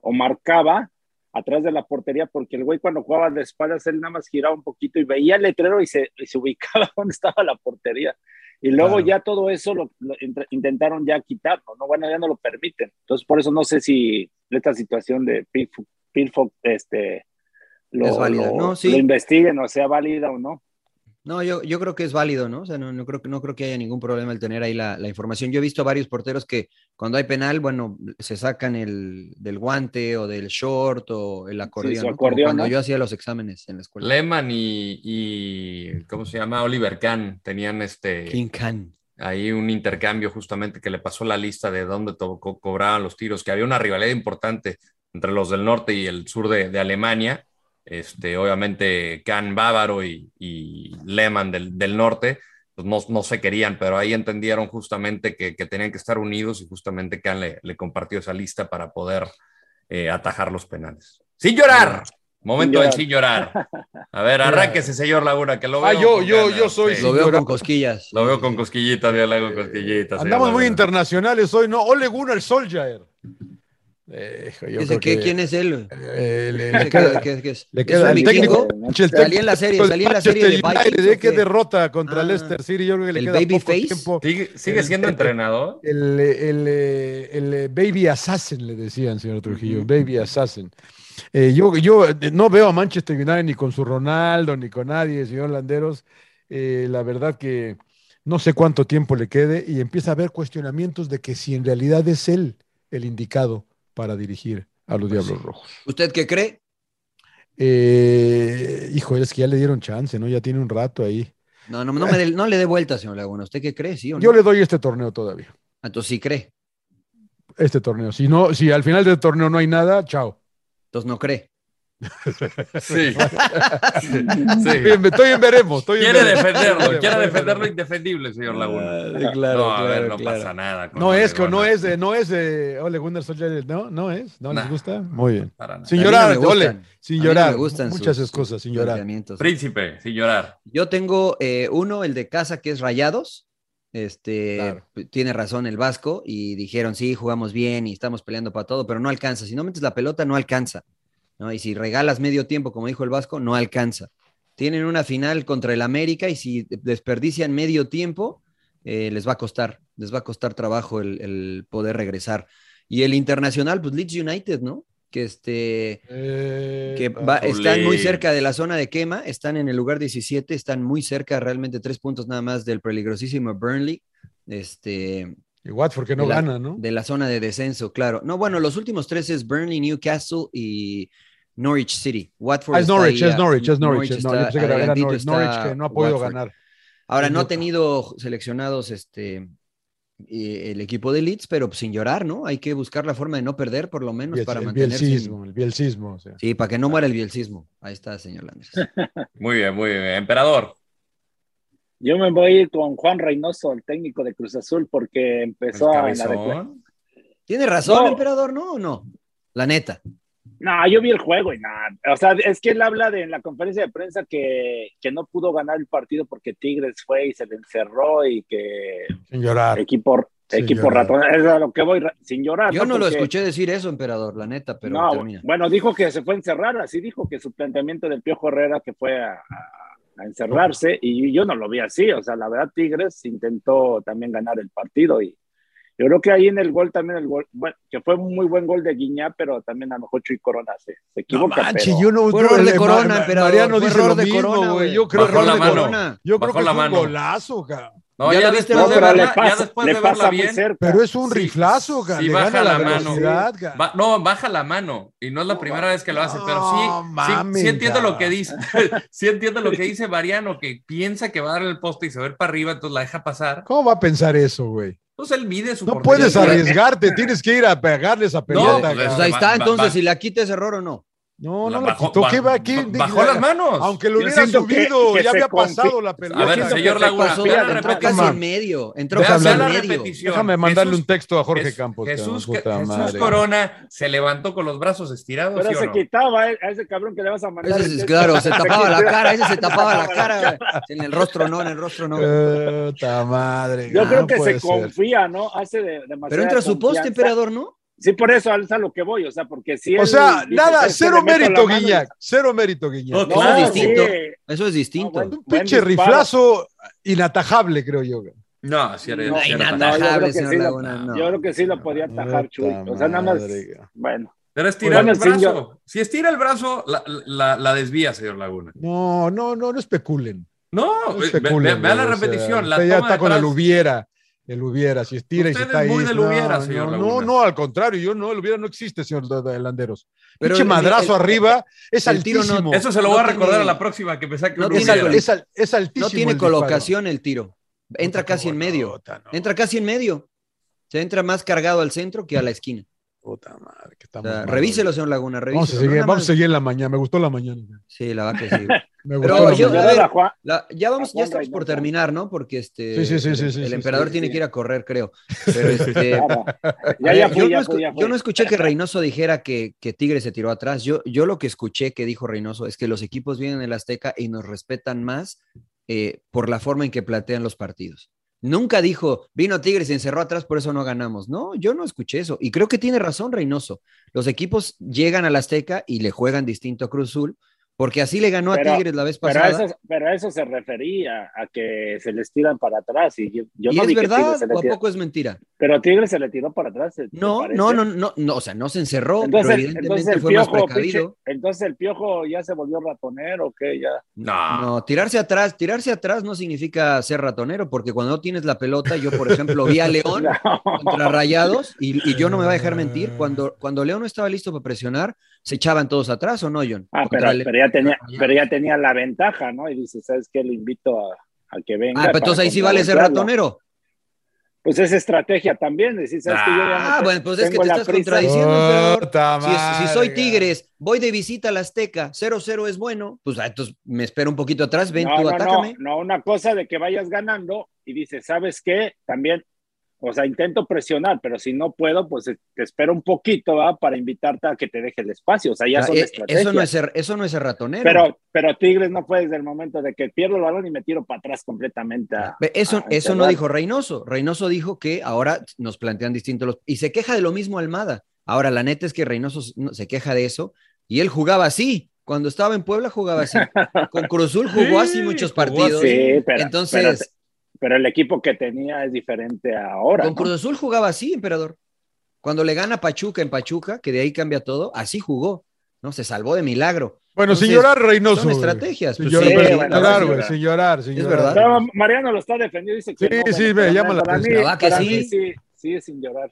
o marcaba atrás de la portería, porque el güey cuando jugaba de espaldas, él nada más giraba un poquito y veía el letrero y se, y se ubicaba donde estaba la portería. Y luego
Claro.
ya todo eso lo, lo int- intentaron ya quitarlo, ¿no? Bueno, ya no lo permiten. Entonces, por eso no sé si esta situación de Pilfo- Pilfo, este, lo,
Es válida,
lo-
¿no? Sí.
lo investiguen o sea válida o no.
No, yo, yo creo que es válido, ¿no? O sea, no, no creo, que- no creo que haya ningún problema el tener ahí la, la información. Yo he visto varios porteros que cuando hay penal, bueno, se sacan el del guante o del short o el acordeón. ¿no? Como
acordeón,
cuando
¿no?
yo hacía los exámenes en la escuela.
Lehman y, y- ¿cómo se llama? Oliver Kahn tenían este
King Khan.
ahí un intercambio justamente que le pasó la lista de dónde tocó, cobraban los tiros, que había una rivalidad importante entre los del norte y el sur de, de Alemania. Este, obviamente, Kahn bávaro y, y Lehmann del, del norte pues no, no se querían, pero ahí entendieron justamente que, que tenían que estar unidos y justamente Kahn le, le compartió esa lista para poder eh, atajar los penales. ¡Sin llorar! Momento del sin llorar. A ver, arránquese, señor Laguna, que lo veo.
Ah, yo-
con
yo-
ganas,
yo soy
sí.
Lo veo
Señora-
con cosquillas.
Lo veo con cosquillitas, yo le hago cosquillitas. señor
Andamos muy
Laguna.
internacionales hoy, ¿no? Ole Gunnar Solskjaer. Eh, hijo, yo
Dice,
creo
¿qué-
que-
¿Quién es él?
eh, le,
Dice,
le queda,
¿qué- qué es?
le
¿Es
queda
un
el técnico.
vikingo?
pinche, el
Salí en la serie,
técnico
salí en
del
la serie de
Manchester
Vikings,
United,
¿o
qué
qué?
derrota contra
Ah,
el Leicester City. Yo creo que le
¿el
queda poco
babyface?
tiempo.
¿Sigue, sigue
El-
siendo
el-
entrenador?
El, el, eh, el, eh, Baby Assassin le decían, señor Trujillo, Baby Assassin. Eh, yo, yo eh, no veo a Manchester United ni con su Ronaldo, ni con nadie, señor Landeros. Eh, la verdad que no sé cuánto tiempo le quede y empieza a haber cuestionamientos de que si en realidad es él el indicado para dirigir a los Diablos Rojos.
¿Usted qué cree?
Eh, hijo, es que ya le dieron chance, ¿no? Ya tiene un rato ahí.
No, no, no, me dé- no le dé vuelta, señor Laguna. ¿Usted qué cree? ¿Sí o no?
Yo le doy este torneo todavía.
Entonces sí cree.
Este torneo. Si no, si al final del torneo no hay nada, chao.
Entonces no cree.
Sí.
Bien, estoy en veremos. estoy en
Quiere
veremos.
defenderlo, quiere
Estoy en
defenderlo indefendible, señor Laguna.
Ah, claro,
no, a ver,
claro,
no
claro.
pasa nada. con
No
Ole
es, con- no
Gunnar.
es, eh, no es eh, Ole Gunnar Solskjaer, no, no es, no
Nah.
les gusta. Muy bien.
Para nada.
Sin
A mí no
llorar,
me gustan.
Ole,
A mí
sin
no me
llorar.
gustan
Muchas
sus-
cosas, sin
sus
llorar.
planteamientos.
Príncipe, sin llorar.
Yo tengo eh, uno, el de casa, que es Rayados. Este
Claro.
p- tiene razón el Vasco y dijeron sí jugamos bien y estamos peleando para todo, pero no alcanza. Si no metes la pelota no alcanza, ¿no? Y si regalas medio tiempo, como dijo el Vasco, no alcanza. Tienen una final contra el América y si desperdician medio tiempo eh, les va a costar, les va a costar trabajo el, el poder regresar. Y el internacional, pues Leeds United, ¿no? Que este
Eh,
que
ah,
va- están muy
Solé.
cerca de la zona de quema, están en el lugar 17, están muy cerca, realmente tres puntos nada más del peligrosísimo Burnley, este,
Y Watford que no
de la-
gana, ¿no?
de la zona de descenso, claro. No, bueno, los últimos tres es Burnley, Newcastle y Norwich City. Watford
Ah, es
está
Norwich,
ahí,
es
ah,
Norwich, es Norwich,
Norwich
es
está
Norwich. Yo pensé que era
adelantito,
Norwich, Norwich
está
que no ha podido
Watford.
ganar.
Ahora, no ha
Newcastle.
tenido seleccionados este, eh, el equipo de Leeds, pero pues, sin llorar, ¿no? Hay que buscar la forma de no perder, por lo menos,
Biel-
para
el
mantenerse. en-
bielcismo, el bielcismo. o sea.
Sí, para que no muera el bielcismo. Ahí está, señor Landers.
Muy bien, muy bien. Emperador.
Yo me voy a ir con Juan Reynoso, el técnico de Cruz Azul, porque empezó pues. a...
el
la decla-
cabezón.
Tiene razón,
No.
emperador, ¿no? ¿O no? La neta.
No, yo vi el juego y nada. O sea, es que él habla de en la conferencia de prensa que, que no pudo ganar el partido porque Tigres fue y se le encerró y que
Sin
Ah,
llorar.
equipo,
Sin
equipo
llorar.
ratón. Es a lo que voy ra- sin llorar.
Yo no lo
Ah, Porque-
escuché decir eso, emperador, la neta, pero
no,
termina.
bueno, dijo que se fue a encerrar, así dijo que su planteamiento del Piojo Herrera que fue a, a- a encerrarse, y yo no lo vi así, o sea, la verdad Tigres intentó también ganar el partido, y yo creo que ahí en el gol también, el gol, bueno, que fue un muy buen gol de Guiñá, pero también a lo mejor Chuy Corona se, se
No
equivoca,
manches,
pero-
yo no.
Fue error
yo-
de
eh,
Corona,
Ma- Ma-
emperador,
Mariano
fue
dice
error
lo
de
mismo,
Corona,
güey.
güey.
Yo creo,
Bajó
que
la
de
mano.
Corona. Yo creo
Bajó
que
la
es un
mano.
golazo, cara.
No,
¿Ya
ya,
la viste,
después
No,
de
pero le
verla, ya
pasa,
después
le
de verla
pasa muy
bien.
cerca.
Pero es un
Sí,
riflazo, cara.
sí,
le
baja
gana
la
la,
mano.
velocidad, cara.
Ba- no, baja la mano. Y no es la
No,
primera
va-
vez que lo hace, pero
no,
sí, sí,
mames,
sí entiendo
ya.
lo que dice. sí entiendo lo que dice Mariano, que piensa que va a dar el poste y se va a ir para arriba, entonces la deja pasar.
¿Cómo va a pensar eso, güey?
Entonces él mide su
No
portería.
puedes arriesgarte, tienes que ir a pegarle esa
No,
pelota.
pues,
cara.
Pues ahí
va-
está,
va-
entonces,
va-
si la quita ese error o no.
No, no
La
la
bajó-
quitó.
ba-
¿Qué va aquí?
ba- bajó las manos.
Aunque lo
Yo
hubiera
siento que-
subido,
que
ya
se
había
confi-
pasado la pelota.
A ver,
Siento que
señor
se
Laguna,
pasó,
vea la
entró
repetición.
casi en medio, entró
Vea-
casi
vea
en
la
medio.
repetición.
Déjame mandarle
Jesús-
un texto a Jorge
Jes-
Campos.
Jesús,
cabrón, puta
Jesús
madre.
Corona se levantó con los brazos estirados.
Pero
¿sí o
se
no?
quitaba eh, a ese cabrón que le vas a mandar.
Ese
el
es-
texto.
claro, se tapaba la
quitaba.
cara, ese se tapaba la cara, güey. En el rostro no, en el rostro no.
Puta madre.
Yo
no
creo que
puede
se
ser.
confía, ¿no? Hace de, demasiada
Pero entra su poste,
confianza.
emperador, ¿no?
Sí, por eso alza lo que voy, o sea, porque si
O
él
sea,
dice,
nada,
"Es que
cero
le meto la
mérito,
mano",
Guiñac. Cero mérito, Guiñac.
No,
No,
Eso
claro.
es distinto.
sí.
Eso es distinto.
No, bueno.
Un pinche
Buen disparo.
riflazo inatajable, creo yo. güey.
No, sí era-
No,
sí
Ay,
era
no, yo
para-
creo
inatajable,
que
señor
sí la-
Laguna, no.
Yo creo que sí lo podía atajar
Puta
Chuy. O sea, nada más.
madre, güey.
Bueno,
Pero estirar
Bueno,
el
sí,
brazo.
yo-
Si estira el brazo, la, la- la desvía, señor Laguna.
No, no, no, no especulen.
No,
No
ve- ve-
especulen,
vea la
güey, o sea,
repetición. la
usted ya
toma
está
de
con el
atrás.
hubiera. El hubiera, si estira y
Usted
si
es
está ahí.
muy del
no,
hubiera, señor
no, no,
Laguna.
no, al contrario, yo no, el hubiera no existe, señor Landeros.
Pero
Pinche
el-
madrazo
el-
arriba, es
el tiro no-
altísimo.
Eso se lo
No
voy a recordar
tiene-
a la próxima que me saque
no
un
es,
tiene
hubiera.
al-
algo-
es al- es altísimo.
No tiene
el disparo.
colocación el tiro. Entra
Puta,
casi en
cómo no,
medio.
puta, no,
Entra casi en medio. Se entra más cargado al centro que a la esquina.
Puta madre,
O
que estamos
sea,
mal,
revíselo,
güey.
señor Laguna,
Vamos a,
revíselo.
seguir,
Nada
vamos a
más-
seguir en la mañana. Me gustó la mañana.
Sí, la va que sí. güey.
Me
Pero
gustó la
yo-
mañana.
a ver,
a Juan-
La- ya vamos, ya
Juan
estamos por
Reynoso.
terminar, ¿no? Porque este
Sí, sí, sí,
el-
sí, sí,
el
sí,
emperador
sí,
tiene
sí.
que ir a correr, creo. Pero, este,
claro.
a
Ya,
ver,
ya
yo,
fui, ya
no escu-
fui, ya
yo
fui.
no escuché que Reynoso dijera que, que Tigre se tiró atrás. Yo, yo lo que escuché que dijo Reynoso es que los equipos vienen el Azteca y nos respetan más eh, por la forma en que plantean los partidos. Nunca dijo, vino Tigre, se encerró atrás, por eso no ganamos. No, yo no escuché eso. Y creo que tiene razón Reynoso. Los equipos llegan al Azteca y le juegan distinto a Cruz Azul, porque así le ganó
Pero-
a Tigres la vez
Pero
pasada.
a, eso, pero a eso se refería, a que se les tiran para atrás. Y yo, yo
y
no
es
vi que
verdad,
Tigres se le
¿o a
tiró.
poco es mentira?
Pero Tigre se le tiró para atrás. ¿te
No,
parece?
no, no, no, no, o sea, no se encerró,
Entonces,
pero
entonces
evidentemente
el
fue más
piojo,
precavido.
pinche- entonces el piojo ya se volvió ratonero, ¿o qué? Ya.
No.
No, tirarse atrás, tirarse atrás no significa ser ratonero, porque cuando no tienes la pelota, yo por ejemplo vi a León contra Rayados, y, y yo no me voy a dejar
Ah.
mentir, cuando, cuando León no estaba listo para presionar, se echaban todos atrás, ¿o no, John?
Ah, pero,
Contra Le-
pero ya tenía,
Rayados.
pero ya tenía la ventaja, ¿no? Y dice, ¿sabes qué? Lo invito a, a que venga.
Ah, pero entonces
para
ahí sí vale ser
contrarrestarlo".
ratonero.
Pues es estrategia también, decir, ¿sabes qué? Yo ya no
Ah,
te-
bueno, pues es que
tengo
te
la
estás
prisa.
contradiciendo, emperador.
Puta
Si, si soy
madre,
Tigres, voy de visita a la Azteca, 0-0 es bueno, pues ah, entonces me espero un poquito atrás, ven
No,
tú,
no,
atácame.
no, no, una cosa de que vayas ganando y dices, ¿sabes qué? También, o sea, intento presionar, pero si no puedo, pues eh, te espero un poquito, ¿va? Para invitarte a que te deje el espacio, o sea, ya
Ah,
son
eh,
estrategias.
eso, no es ser, eso no es ser ratonero.
pero, pero Tigres no fue desde el momento de que pierdo el balón y me tiro para atrás completamente. a-
Ve, Eso,
a
eso no
encerrar.
dijo Reynoso. Reynoso dijo que ahora nos plantean distintos los... Y se queja de lo mismo Almada. Ahora, la neta es que Reynoso s- no- se queja de eso y él jugaba así. Cuando estaba en Puebla jugaba así. Con Cruzul jugó así
Sí,
muchos
jugó así.
partidos.
Sí, pero,
Entonces,
pero, pero el equipo que tenía es diferente ahora.
con
¿no?
Cruz Azul jugaba así, emperador. Cuando le gana Pachuca en Pachuca, que de ahí cambia todo, así jugó. No, se salvó de milagro.
Bueno,
Entonces,
sin llorar, Reynoso.
son
güey.
estrategias,
Sin
pues
llorar,
sí,
pero sin
bueno,
llorar,
sí,
güey,
verdad.
sin llorar, sin
Es
llorar.
verdad.
Pero Mariano lo está defendiendo, dice que
Sí,
no,
sí,
pero
me
para
llama
mí-
la
para
atención.
mí-
La vaca
para
sí.
mí sí, sí, sin llorar.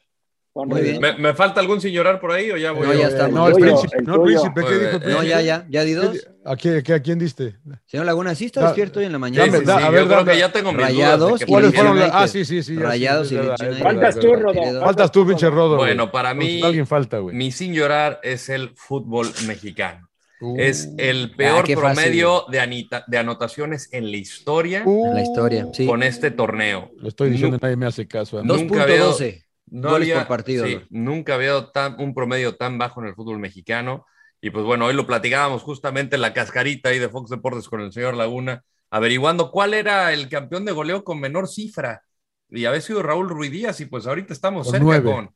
Con
Muy
Reynoso.
bien.
¿Me, me falta algún sin llorar por ahí o ya voy?
No, ya estamos.
No, el
tuyo,
príncipe,
el
no, el
tuyo.
príncipe, ¿qué
Oye,
dijo? el
eh,
No,
príncipe?
ya, ya, ya di dos.
¿A quién, qué- a quién diste?
Señor Laguna, sí está
Da-
despierto hoy en la mañana.
dame,
Sí, sí,
da-
sí,
a
yo
ver,
creo
dame.
que ya tengo mis
Rayados,
dudas de que-
¿Cuáles fueron las?
United.
Ah, sí, sí, sí. ya, sí,
Rayados
sí,
y
es verdad, es
Lechinas.
verdad,
Faltas
es
tú,
verdad.
Rodo.
Querido.
Faltas tú, pinche Rodo. güey.
Bueno, para mí-
Alguien falta, güey.
Mi sin llorar es el fútbol mexicano.
Uh.
es el peor
Ah, qué fácil.
promedio de, anita- de anotaciones en la historia
Uh.
En la historia, sí.
con este torneo.
Lo estoy diciendo,
Nu-
nadie me hace caso. a mí.
No. nunca había-
2.12.
No
Goles
había-
por partido,
sí,
¿no?
nunca había dado tan, un promedio tan bajo en el fútbol mexicano. Y pues bueno, hoy lo platicábamos justamente en la cascarita ahí de Fox Deportes con el señor Laguna, averiguando cuál era el campeón de goleo con menor cifra. Y había sido Raúl Ruiz Díaz, y pues ahorita estamos
Con
cerca
nueve.
con.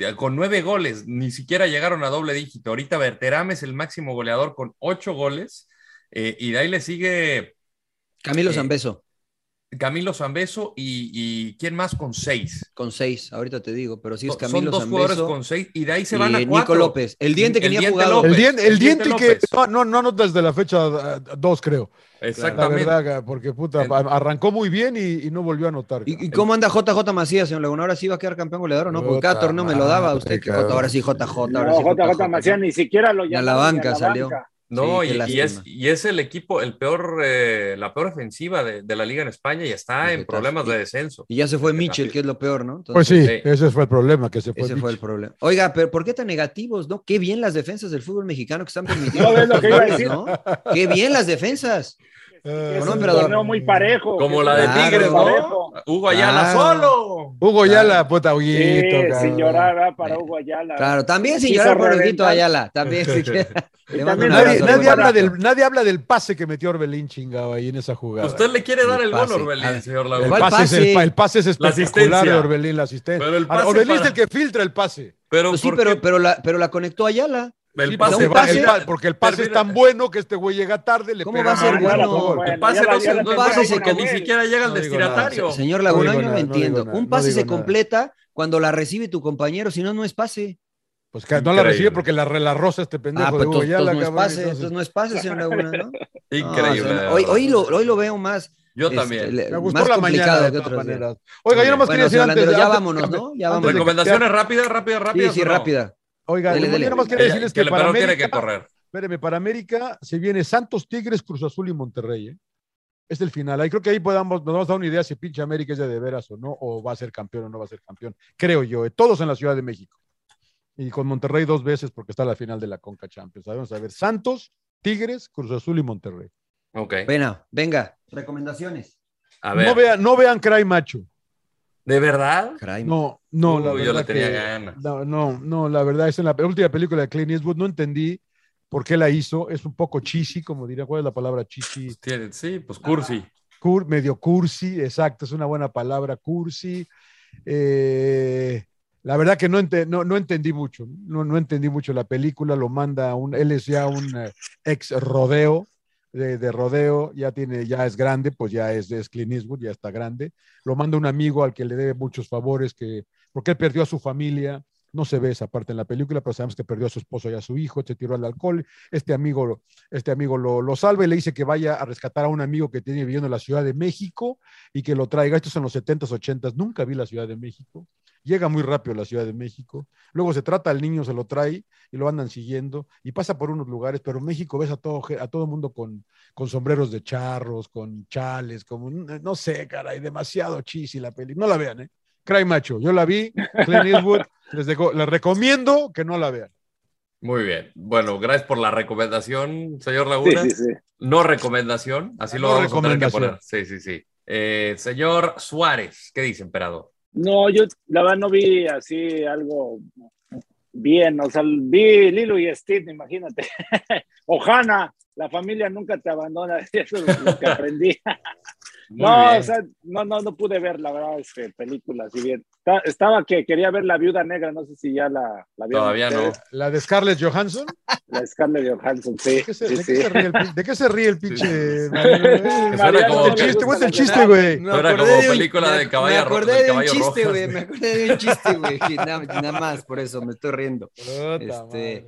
ya, Con nueve goles, ni siquiera llegaron a doble dígito. Ahorita Berterame es el máximo goleador con ocho goles. eh, y de ahí le sigue
Camilo
Eh,
Zambeso,
Camilo Zambeso y, y ¿quién más con seis?
con 6, ahorita te digo, pero sí es
Son
Camilo
dos jugadores
Zambeso
con seis y de ahí se
y
van a
Nico
cuatro.
López. El diente que
El
ni ha
Diente
jugado.
El
López,
diente,
el
el diente
Diente
que
López.
no, no, no anotas de la fecha 2, creo. La
Exactamente.
verdad, porque puta,
El-
arrancó muy bien y, y no volvió a anotar.
¿Y, y cómo anda JJ Macías, señor Laguna? ¿Ahora sí va a quedar campeón goleador o no? Porque cada
Puta
torneo me lo daba
madre,
usted. Que
cabrón.
J, ahora sí, JJ.
No,
Ahora sí,
JJ Macías ni siquiera lo
Y a
llamó.
la
ni
banca salió.
No,
Sí,
y,
qué
y es,
lástima.
y es el equipo, el peor, eh, la peor ofensiva de, de la liga en España y está en
Vegetal.
problemas de descenso.
Pues Y ya se fue Mitchell, que es lo peor, ¿no?
Pues
Entonces,
sí, pues
sí.
ese fue el problema, que se fue.
este Ese fue el
Mitch.
problema. Oiga, pero ¿por qué tan negativos, no? Qué bien las defensas del fútbol mexicano que están permitiendo.
No, es lo que iba a decir.
¿no? Qué bien las defensas.
Es
Eh,
Bueno, Mm.
un
emperador.
torneo muy parejo.
Como
que
la de
es muy
Tigres, ¿no?
parejo.
Hugo Ayala
Claro.
solo.
Hugo
Ah.
ya la puta
Sí,
Huguito, cabrón.
sin llorar ¿verdad? para Hugo Ayala.
Claro, también sin
Quiso
llorar por Huguito
reventar.
Ayala. También, si quiere. Le mando
también
un
Nadie,
abrazo,
nadie
Hugo
habla
Ayala.
del, nadie habla del pase que metió Orbelín chingado ahí en esa jugada.
Usted le quiere dar
El
el gol,
pase. Ah. A
Orbelín,
ver.
señor
el,
Laguna.
¿Cuál
pase es,
pase?
el, pa- el pase es
La
espectacular de
asistencia.
Orbelín, la asistencia.
Pero el
Ahora,
pase
Orbelín
para-
es el que filtra el pase.
Pero,
Pues sí,
¿por
pero,
qué?
pero, la, pero la conectó Ayala.
El
Sí,
pase
porque
pero un
va-
pase-
el pa- porque el pase
termina-
es tan bueno que este güey llega tarde, le
¿Cómo
pega
Ah,
va a ser
mal, gana
bueno?
gol.
Bueno,
El pase
ya la-
no
ya
se
la
no es
pase
bueno
se
porque ni
complica.
siquiera llega al
No digo nada.
destinatario.
Señor
No
Laguna,
digo
yo no
nada,
lo
no
entiendo.
digo nada,
Un
no
pase
digo
se
nada.
completa cuando la recibe tu compañero, si no, no es pase.
Pues que no la recibe
Increíble.
porque la, la roza este pendejo
Ah,
de
pues
Hugo
entonces
Ayala,
entonces no es
cabrón,
pase,
entonces-
entonces no es pase, señor Laguna, ¿no?
Increíble.
No, o sea,
la
hoy,
verdad.
hoy lo, hoy lo veo más.
Yo
este,
también.
le-
Me gustó
más
la mañana.
complicado
De
que
todas
otros días.
maneras. Oiga, yo nomás
Bueno,
quería decir
señor
antes.
Landero,
de-
ya
antes-
vámonos, ¿no? Ya
antes
vámonos.
de que-
Recomendaciones rápidas, rápidas,
Sí,
rápidas.
sí,
¿o no?
rápida.
Oiga,
Dele, dele.
yo nomás quería
Que,
decirles
que
que
el
para
perro tiene que
América,
correr.
espéreme, para América se viene Santos, Tigres, Cruz Azul y Monterrey. ¿eh? Es el final. Ahí creo que ahí podamos, nos vamos a dar una idea si pinche América es de, de veras o no, o va a ser campeón o no va a ser campeón. Creo yo, ¿eh? todos en la Ciudad de México. Y con Monterrey dos veces porque está la final de la Conca Champions. Ahí Vamos a ver Santos, Tigres, Cruz Azul y Monterrey.
Ok.
Bueno, venga, recomendaciones.
A ver.
No vean, no vean Cry Macho.
¿De verdad?
Caray,
No, no, la
Uy,
verdad
yo le tenía
que-
ganas.
No, no, no, la verdad es en la pe- última película de Clint Eastwood no entendí por qué la hizo. Es un poco chichi, como diría, ¿cuál es la palabra chichi?
Tiene- Sí, pues cursi.
Cur- medio cursi, exacto, es una buena palabra, cursi. Eh, la verdad que no, ente- no, no entendí mucho, no, no entendí mucho la película, lo manda un, él es ya un eh, ex rodeo, de, de rodeo, ya tiene, ya es grande, pues ya es, es Clint Eastwood, ya está grande. Lo manda un amigo al que le debe muchos favores, que, porque él perdió a su familia, no se ve esa parte en la película, pero sabemos que perdió a su esposo y a su hijo, se tiró al alcohol, este amigo lo- este amigo lo, lo salva y le dice que vaya a rescatar a un amigo que tiene viviendo en la Ciudad de México y que lo traiga. Esto es en los 70s, 80s. Nunca vi la Ciudad de México. Llega muy rápido a la Ciudad de México. Luego se trata al niño, se lo trae y lo andan siguiendo y pasa por unos lugares, pero en México ves a todo, ge- a todo mundo con, con sombreros de charros, con chales, como no sé, caray, demasiado chis y la peli. No la vean, ¿eh? Cry Macho. Yo la vi, Clint Eastwood, les, dejo- les recomiendo que no la vean.
Muy bien. Bueno, gracias por la recomendación, señor Laguna.
Sí, sí, sí.
No recomendación, así lo
No
vamos a tener que
recomendación.
poner. Sí, sí, sí. Eh, señor Suárez, ¿qué dice, emperador?
No, yo la verdad no vi así algo bien. O sea, vi Lilo y Steve, imagínate. Ojana, la familia nunca te abandona. Eso es lo que aprendí.
Muy
no,
bien.
o sea, no, no, no pude ver, la verdad, es que películas. Y bien. Ta- Estaba que quería ver La Viuda Negra, no sé si ya la, la vieron
Todavía no.
ustedes.
La de Scarlett Johansson.
La Scarlett Johansson, sí.
¿De qué se,
sí,
de
sí.
qué se ríe, el, pin- de qué se ríe el pinche?
Sí.
Mariano?
Que suena como-
¿Cuál es el chiste? ¿Cuál es el chiste, güey?
Me
Suena
acordé
como
de un-
película de caballo
Me
ro-
acordé
del
de un
caballo
chiste,
rojo.
güey. Me acordé de un chiste, güey. que Nada, nada más, por eso me estoy riendo.
Puta
Este,
madre.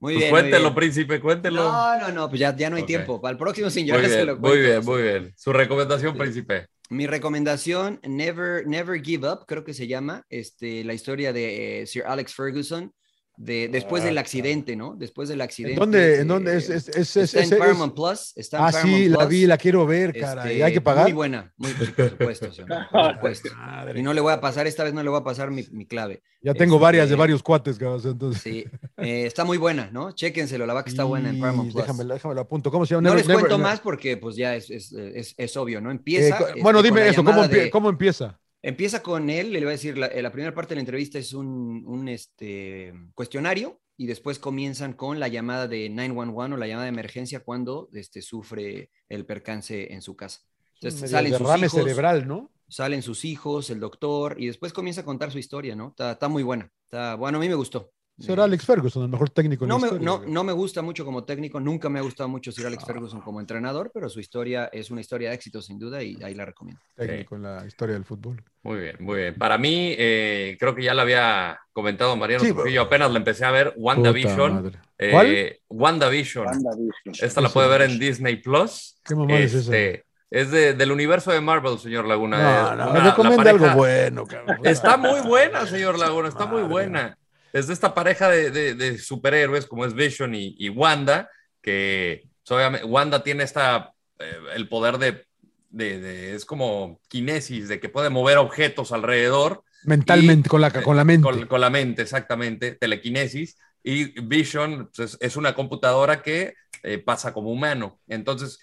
muy
Pues
bien. muy
cuéntelo,
bien.
príncipe, cuéntelo.
No, no, no, pues ya, ya no hay
Ok.
tiempo. Para el próximo sin
muy
llorar se
bien,
lo cuento.
muy bien, muy bien. Su recomendación, príncipe.
Mi recomendación, Never, Never Give Up, creo que se llama, este, la historia de eh, Sir Alex Ferguson, de, después
Ah,
del
claro.
accidente, ¿no? Después del accidente.
¿En dónde?
eh,
¿En dónde? Es, es, es, es,
está
es-
en
es-
Paramount Plus. Está en
Ah,
Paramount
sí, la
Plus. Este,
vi, la quiero ver, caray. ¿Hay que pagar?
Muy buena, muy, sí, por supuesto, señor, por supuesto. Y no le voy a pasar, esta vez no le voy a pasar mi, mi clave.
Ya tengo
Este,
varias de varios cuates, cabrón. Entonces,
Sí, eh, está muy buena, ¿no? Chéquenselo, la vaca está buena en
Y
Paramount Plus.
Déjamelo, déjamelo apunto. ¿Cómo se llama?
No
Never-
les cuento
Never-
más porque pues ya es, es, es- es obvio, ¿no?
Eh,
Empieza.
co-
este,
bueno,
con la
dime eso. ¿Cómo,
llamada
empie-
de-
cómo empieza?
Empieza con él, le voy a decir, la, eh, la primera parte de la entrevista es un, un, este, cuestionario y después comienzan con la llamada de 911 o la llamada de emergencia cuando este, sufre el percance en su casa. Entonces
Medio
salen sus
derrame
hijos,
cerebral, ¿no?
salen sus hijos, el doctor y después comienza a contar su historia, ¿no? Está, está muy buena. Está, bueno, a mí me gustó.
Será
Eh,
Alex Ferguson, el mejor técnico en
no
la
me,
historia,
no,
güey.
no me gusta mucho como técnico, nunca me ha gustado mucho Sir Alex Ferguson como entrenador, pero su historia es una historia de éxito sin duda y ahí la recomiendo.
Técnico en la historia del fútbol.
Muy bien, muy bien. Para mí, eh, creo que ya la había comentado Mariano
Sí,
Trujillo, apenas la empecé a ver,
Puta
WandaVision.
madre.
Eh,
¿Cuál?
WandaVision.
Banda virgen.
Esta la puede ver en Disney Plus.
¿Qué mamada es esa?
Este, es de- del universo de Marvel, señor Laguna.
No,
Eh,
no,
una-
me
la
recomienda
pareja-
algo bueno, cabrón.
Está muy buena, señor Laguna, está muy
Madre.
buena. Es de esta pareja de, de- de superhéroes como es Vision y, y Wanda, que pues, obviamente, Wanda tiene esta, eh, el poder de, de- de- es como kinesis, de que puede mover objetos alrededor
Mentalmente,
Y-
con, la, con la mente.
con, con la mente, exactamente, telequinesis. Y Vision pues, es, es una computadora que eh, pasa como humano. Entonces,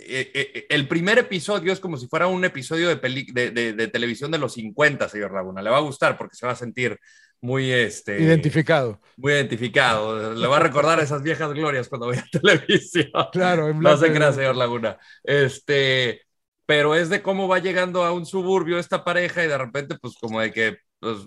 eh, eh, el primer episodio es como si fuera un episodio de, peli- de, de- de televisión de los 50, señor Laguna. Le va a gustar porque se va a sentir muy, este,
Identificado.
muy identificado. Le va a recordar esas viejas glorias cuando vea televisión.
Claro, en
No se
blanco y-
crea, señor Laguna. Este, pero es de cómo va llegando a un suburbio esta pareja y de repente, pues, como de que, pues,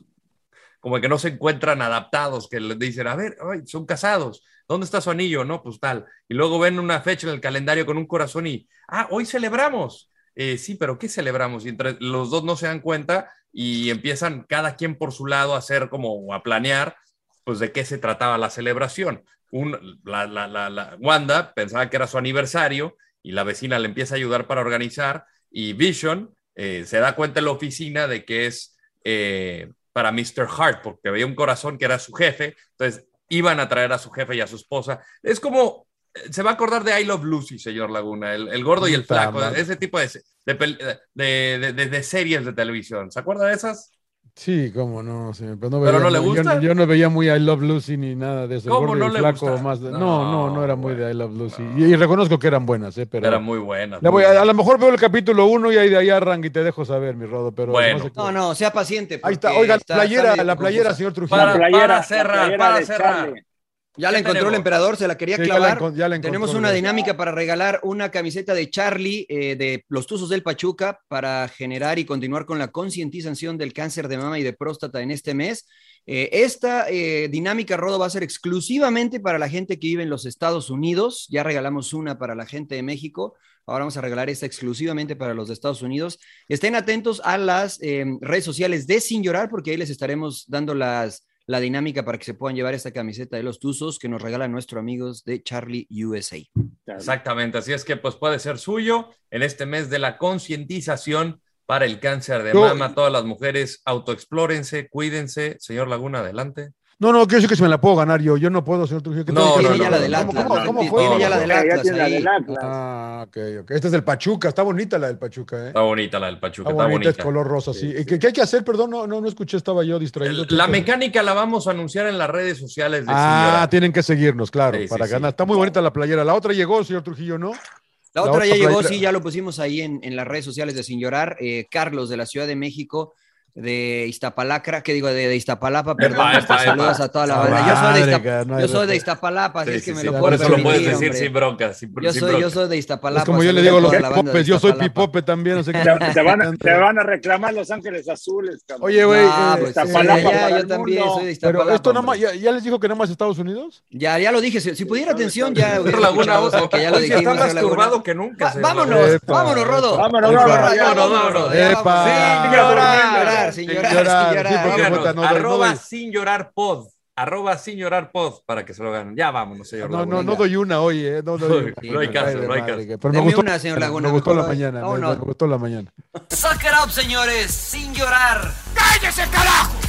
como de que no se encuentran adaptados, que les dicen, a ver, ay, son casados, ¿dónde está su anillo? No, pues tal. Y luego ven una fecha en el calendario con un corazón y, ah, hoy celebramos. Eh, sí, pero ¿qué celebramos? Y entre los dos no se dan cuenta y empiezan cada quien por su lado a hacer como a planear, pues, de qué se trataba la celebración un, la, la- la- la- Wanda pensaba que era su aniversario y la vecina le empieza a ayudar para organizar y Vision eh, se da cuenta en la oficina de que es eh, para Mr. Hart porque había un corazón que era su jefe, entonces iban a traer a su jefe y a su esposa. Es como, eh, se va a acordar de I Love Lucy, señor Laguna, el, el gordo y el
Puta
flaco,
madre.
ese tipo de, se- de pel- de- de- de- de series de televisión. ¿Se acuerda de esas?
Sí, cómo no, señor, pero no,
¿Pero
veía
no le
muy- yo-
gusta?
Yo, no veía muy I Love Lucy ni nada de eso. El
¿Cómo
gordo y
no
el
le
flaco
gusta?
más de- no,
No,
no, no era muy de I Love Lucy.
no.
Y, y reconozco que eran buenas, ¿eh? Pero
Eran muy buenas.
Le
muy
voy a, a
buenas.
lo mejor veo el capítulo 1 y ahí de ahí arranca y te dejo saber, mi rodo. Pero
Bueno.
se me hace que-
No, no, sea paciente.
Ahí está,
porque
oiga,
está-
la
está
playera,
medio
la playera,
confusa.
señor Trujillo.
Para-
La playera,
para
la
cerrar,
playera
para
de
cerrar.
Charlie.
Ya la
¿Qué
encontró
tenemos?
el emperador, se la quería
Sí, ya la
clavar.
encon- ya la encontró,
tenemos una
mira.
dinámica para regalar una camiseta de Charlie eh, de los Tuzos del Pachuca para generar y continuar con la concientización del cáncer de mama y de próstata en este mes. Eh, esta eh, dinámica, Rodo, va a ser exclusivamente para la gente que vive en los Estados Unidos. Ya regalamos una para la gente de México. Ahora vamos a regalar esta exclusivamente para los de Estados Unidos. Estén atentos a las eh, redes sociales de Sin Llorar porque ahí les estaremos dando las, la dinámica para que se puedan llevar esta camiseta de los Tuzos que nos regalan nuestros amigos de Charlie USA.
Exactamente, así es que pues puede ser suyo en este mes de la concientización para el cáncer de
Yo-
mama. Todas las mujeres autoexplórense, cuídense. Señor Laguna, adelante.
No, no, quiero decir que se me la puedo ganar yo. Yo no puedo, señor Trujillo. ¿Qué
No,
tengo que
tiene
hacer?
ya la del
¿Cómo,
Atlas.
cómo, cómo
Tiene
fue?
ya la del
Ya
Atlas
tiene la
ahí.
del Atlas.
Ah, ok, ok. Esta es del Pachuca. Está bonita la del Pachuca, ¿eh?
Está bonita la del Pachuca, está
Está bonita,
bonita.
es color rosa, sí. ¿Qué, qué hay que hacer? Perdón, no, no, no escuché, estaba yo distraído.
La mecánica la vamos a anunciar en las redes sociales de Sin
Ah,
Llorar.
tienen que seguirnos, claro,
Sí, sí,
para
sí.
ganar. Está muy bonita la playera. La otra llegó, señor Trujillo, ¿no?
La otra ya llegó,
playera-
sí, ya lo pusimos ahí en, en las redes sociales de Sin Llorar. Eh, Carlos de la Ciudad de México, de Iztapalacra, que digo, de, de Iztapalapa, perdón. este,
Epa, epa,
saludos
epa.
a toda la
Ah,
banda. Yo soy de,
madre,
Iztap-
cara, no hay
yo soy
bronca.
de Iztapalapa, así
Sí,
es que
sí,
me
sí,
lo
Por
puedo
eso lo puedes
permitir,
decir
hombre.
sin bronca. Sin,
Yo
sin
soy,
bronca.
yo soy de Iztapalapa.
Es como yo le
saludos
digo a
a
los
toda la banda de
popes, yo soy
Iztapalapa.
pipope también, no sé qué.
Te, te van, a- te van a reclamar Los Ángeles Azules, cabrón.
Oye, güey,
No,
eh,
pues,
eh,
soy de allá,
para
yo
el
también
mundo.
soy de Iztapalapa.
pero esto nada más,
hombre.
¿ya, ya les dijo que nada más Estados Unidos?
Ya, ya lo dije, si, si pudiera atención, ya.
Señor
hubiera
Laguna,
escuchado, o sea, que ya lo
hoy sí está
dijimos,
más
señor Laguna.
turbado que nunca.
Va-
señor
vámonos,
Laguna.
Epa.
vámonos, Rodo.
Vámonos,
Vámonos,
vámonos,
ya,
vámonos, vámonos.
ya,
Epa.
vámonos.
Sin
llorar,
sin
sin
llorar, sin
llorar,
llorar,
sí, porque
vámonos.
vota,
Síganos,
no, no, no
arroba
doy.
sin llorar pod. Arroba sin llorar pod para que se lo ganen. Ya vámonos, señor.
No,
Laguna.
no, no doy una hoy, ¿eh? No, doy una.
Sí, no hay caso,
Ay, de
no hay
madre,
caso.
que- Pero me
Deme
gustó,
una, señor Laguna,
me gustó la
mejor hoy.
mañana, me-
Vámonos.
me gustó la mañana.
Suck it up, señores, sin llorar.
¡Cállese, carajo!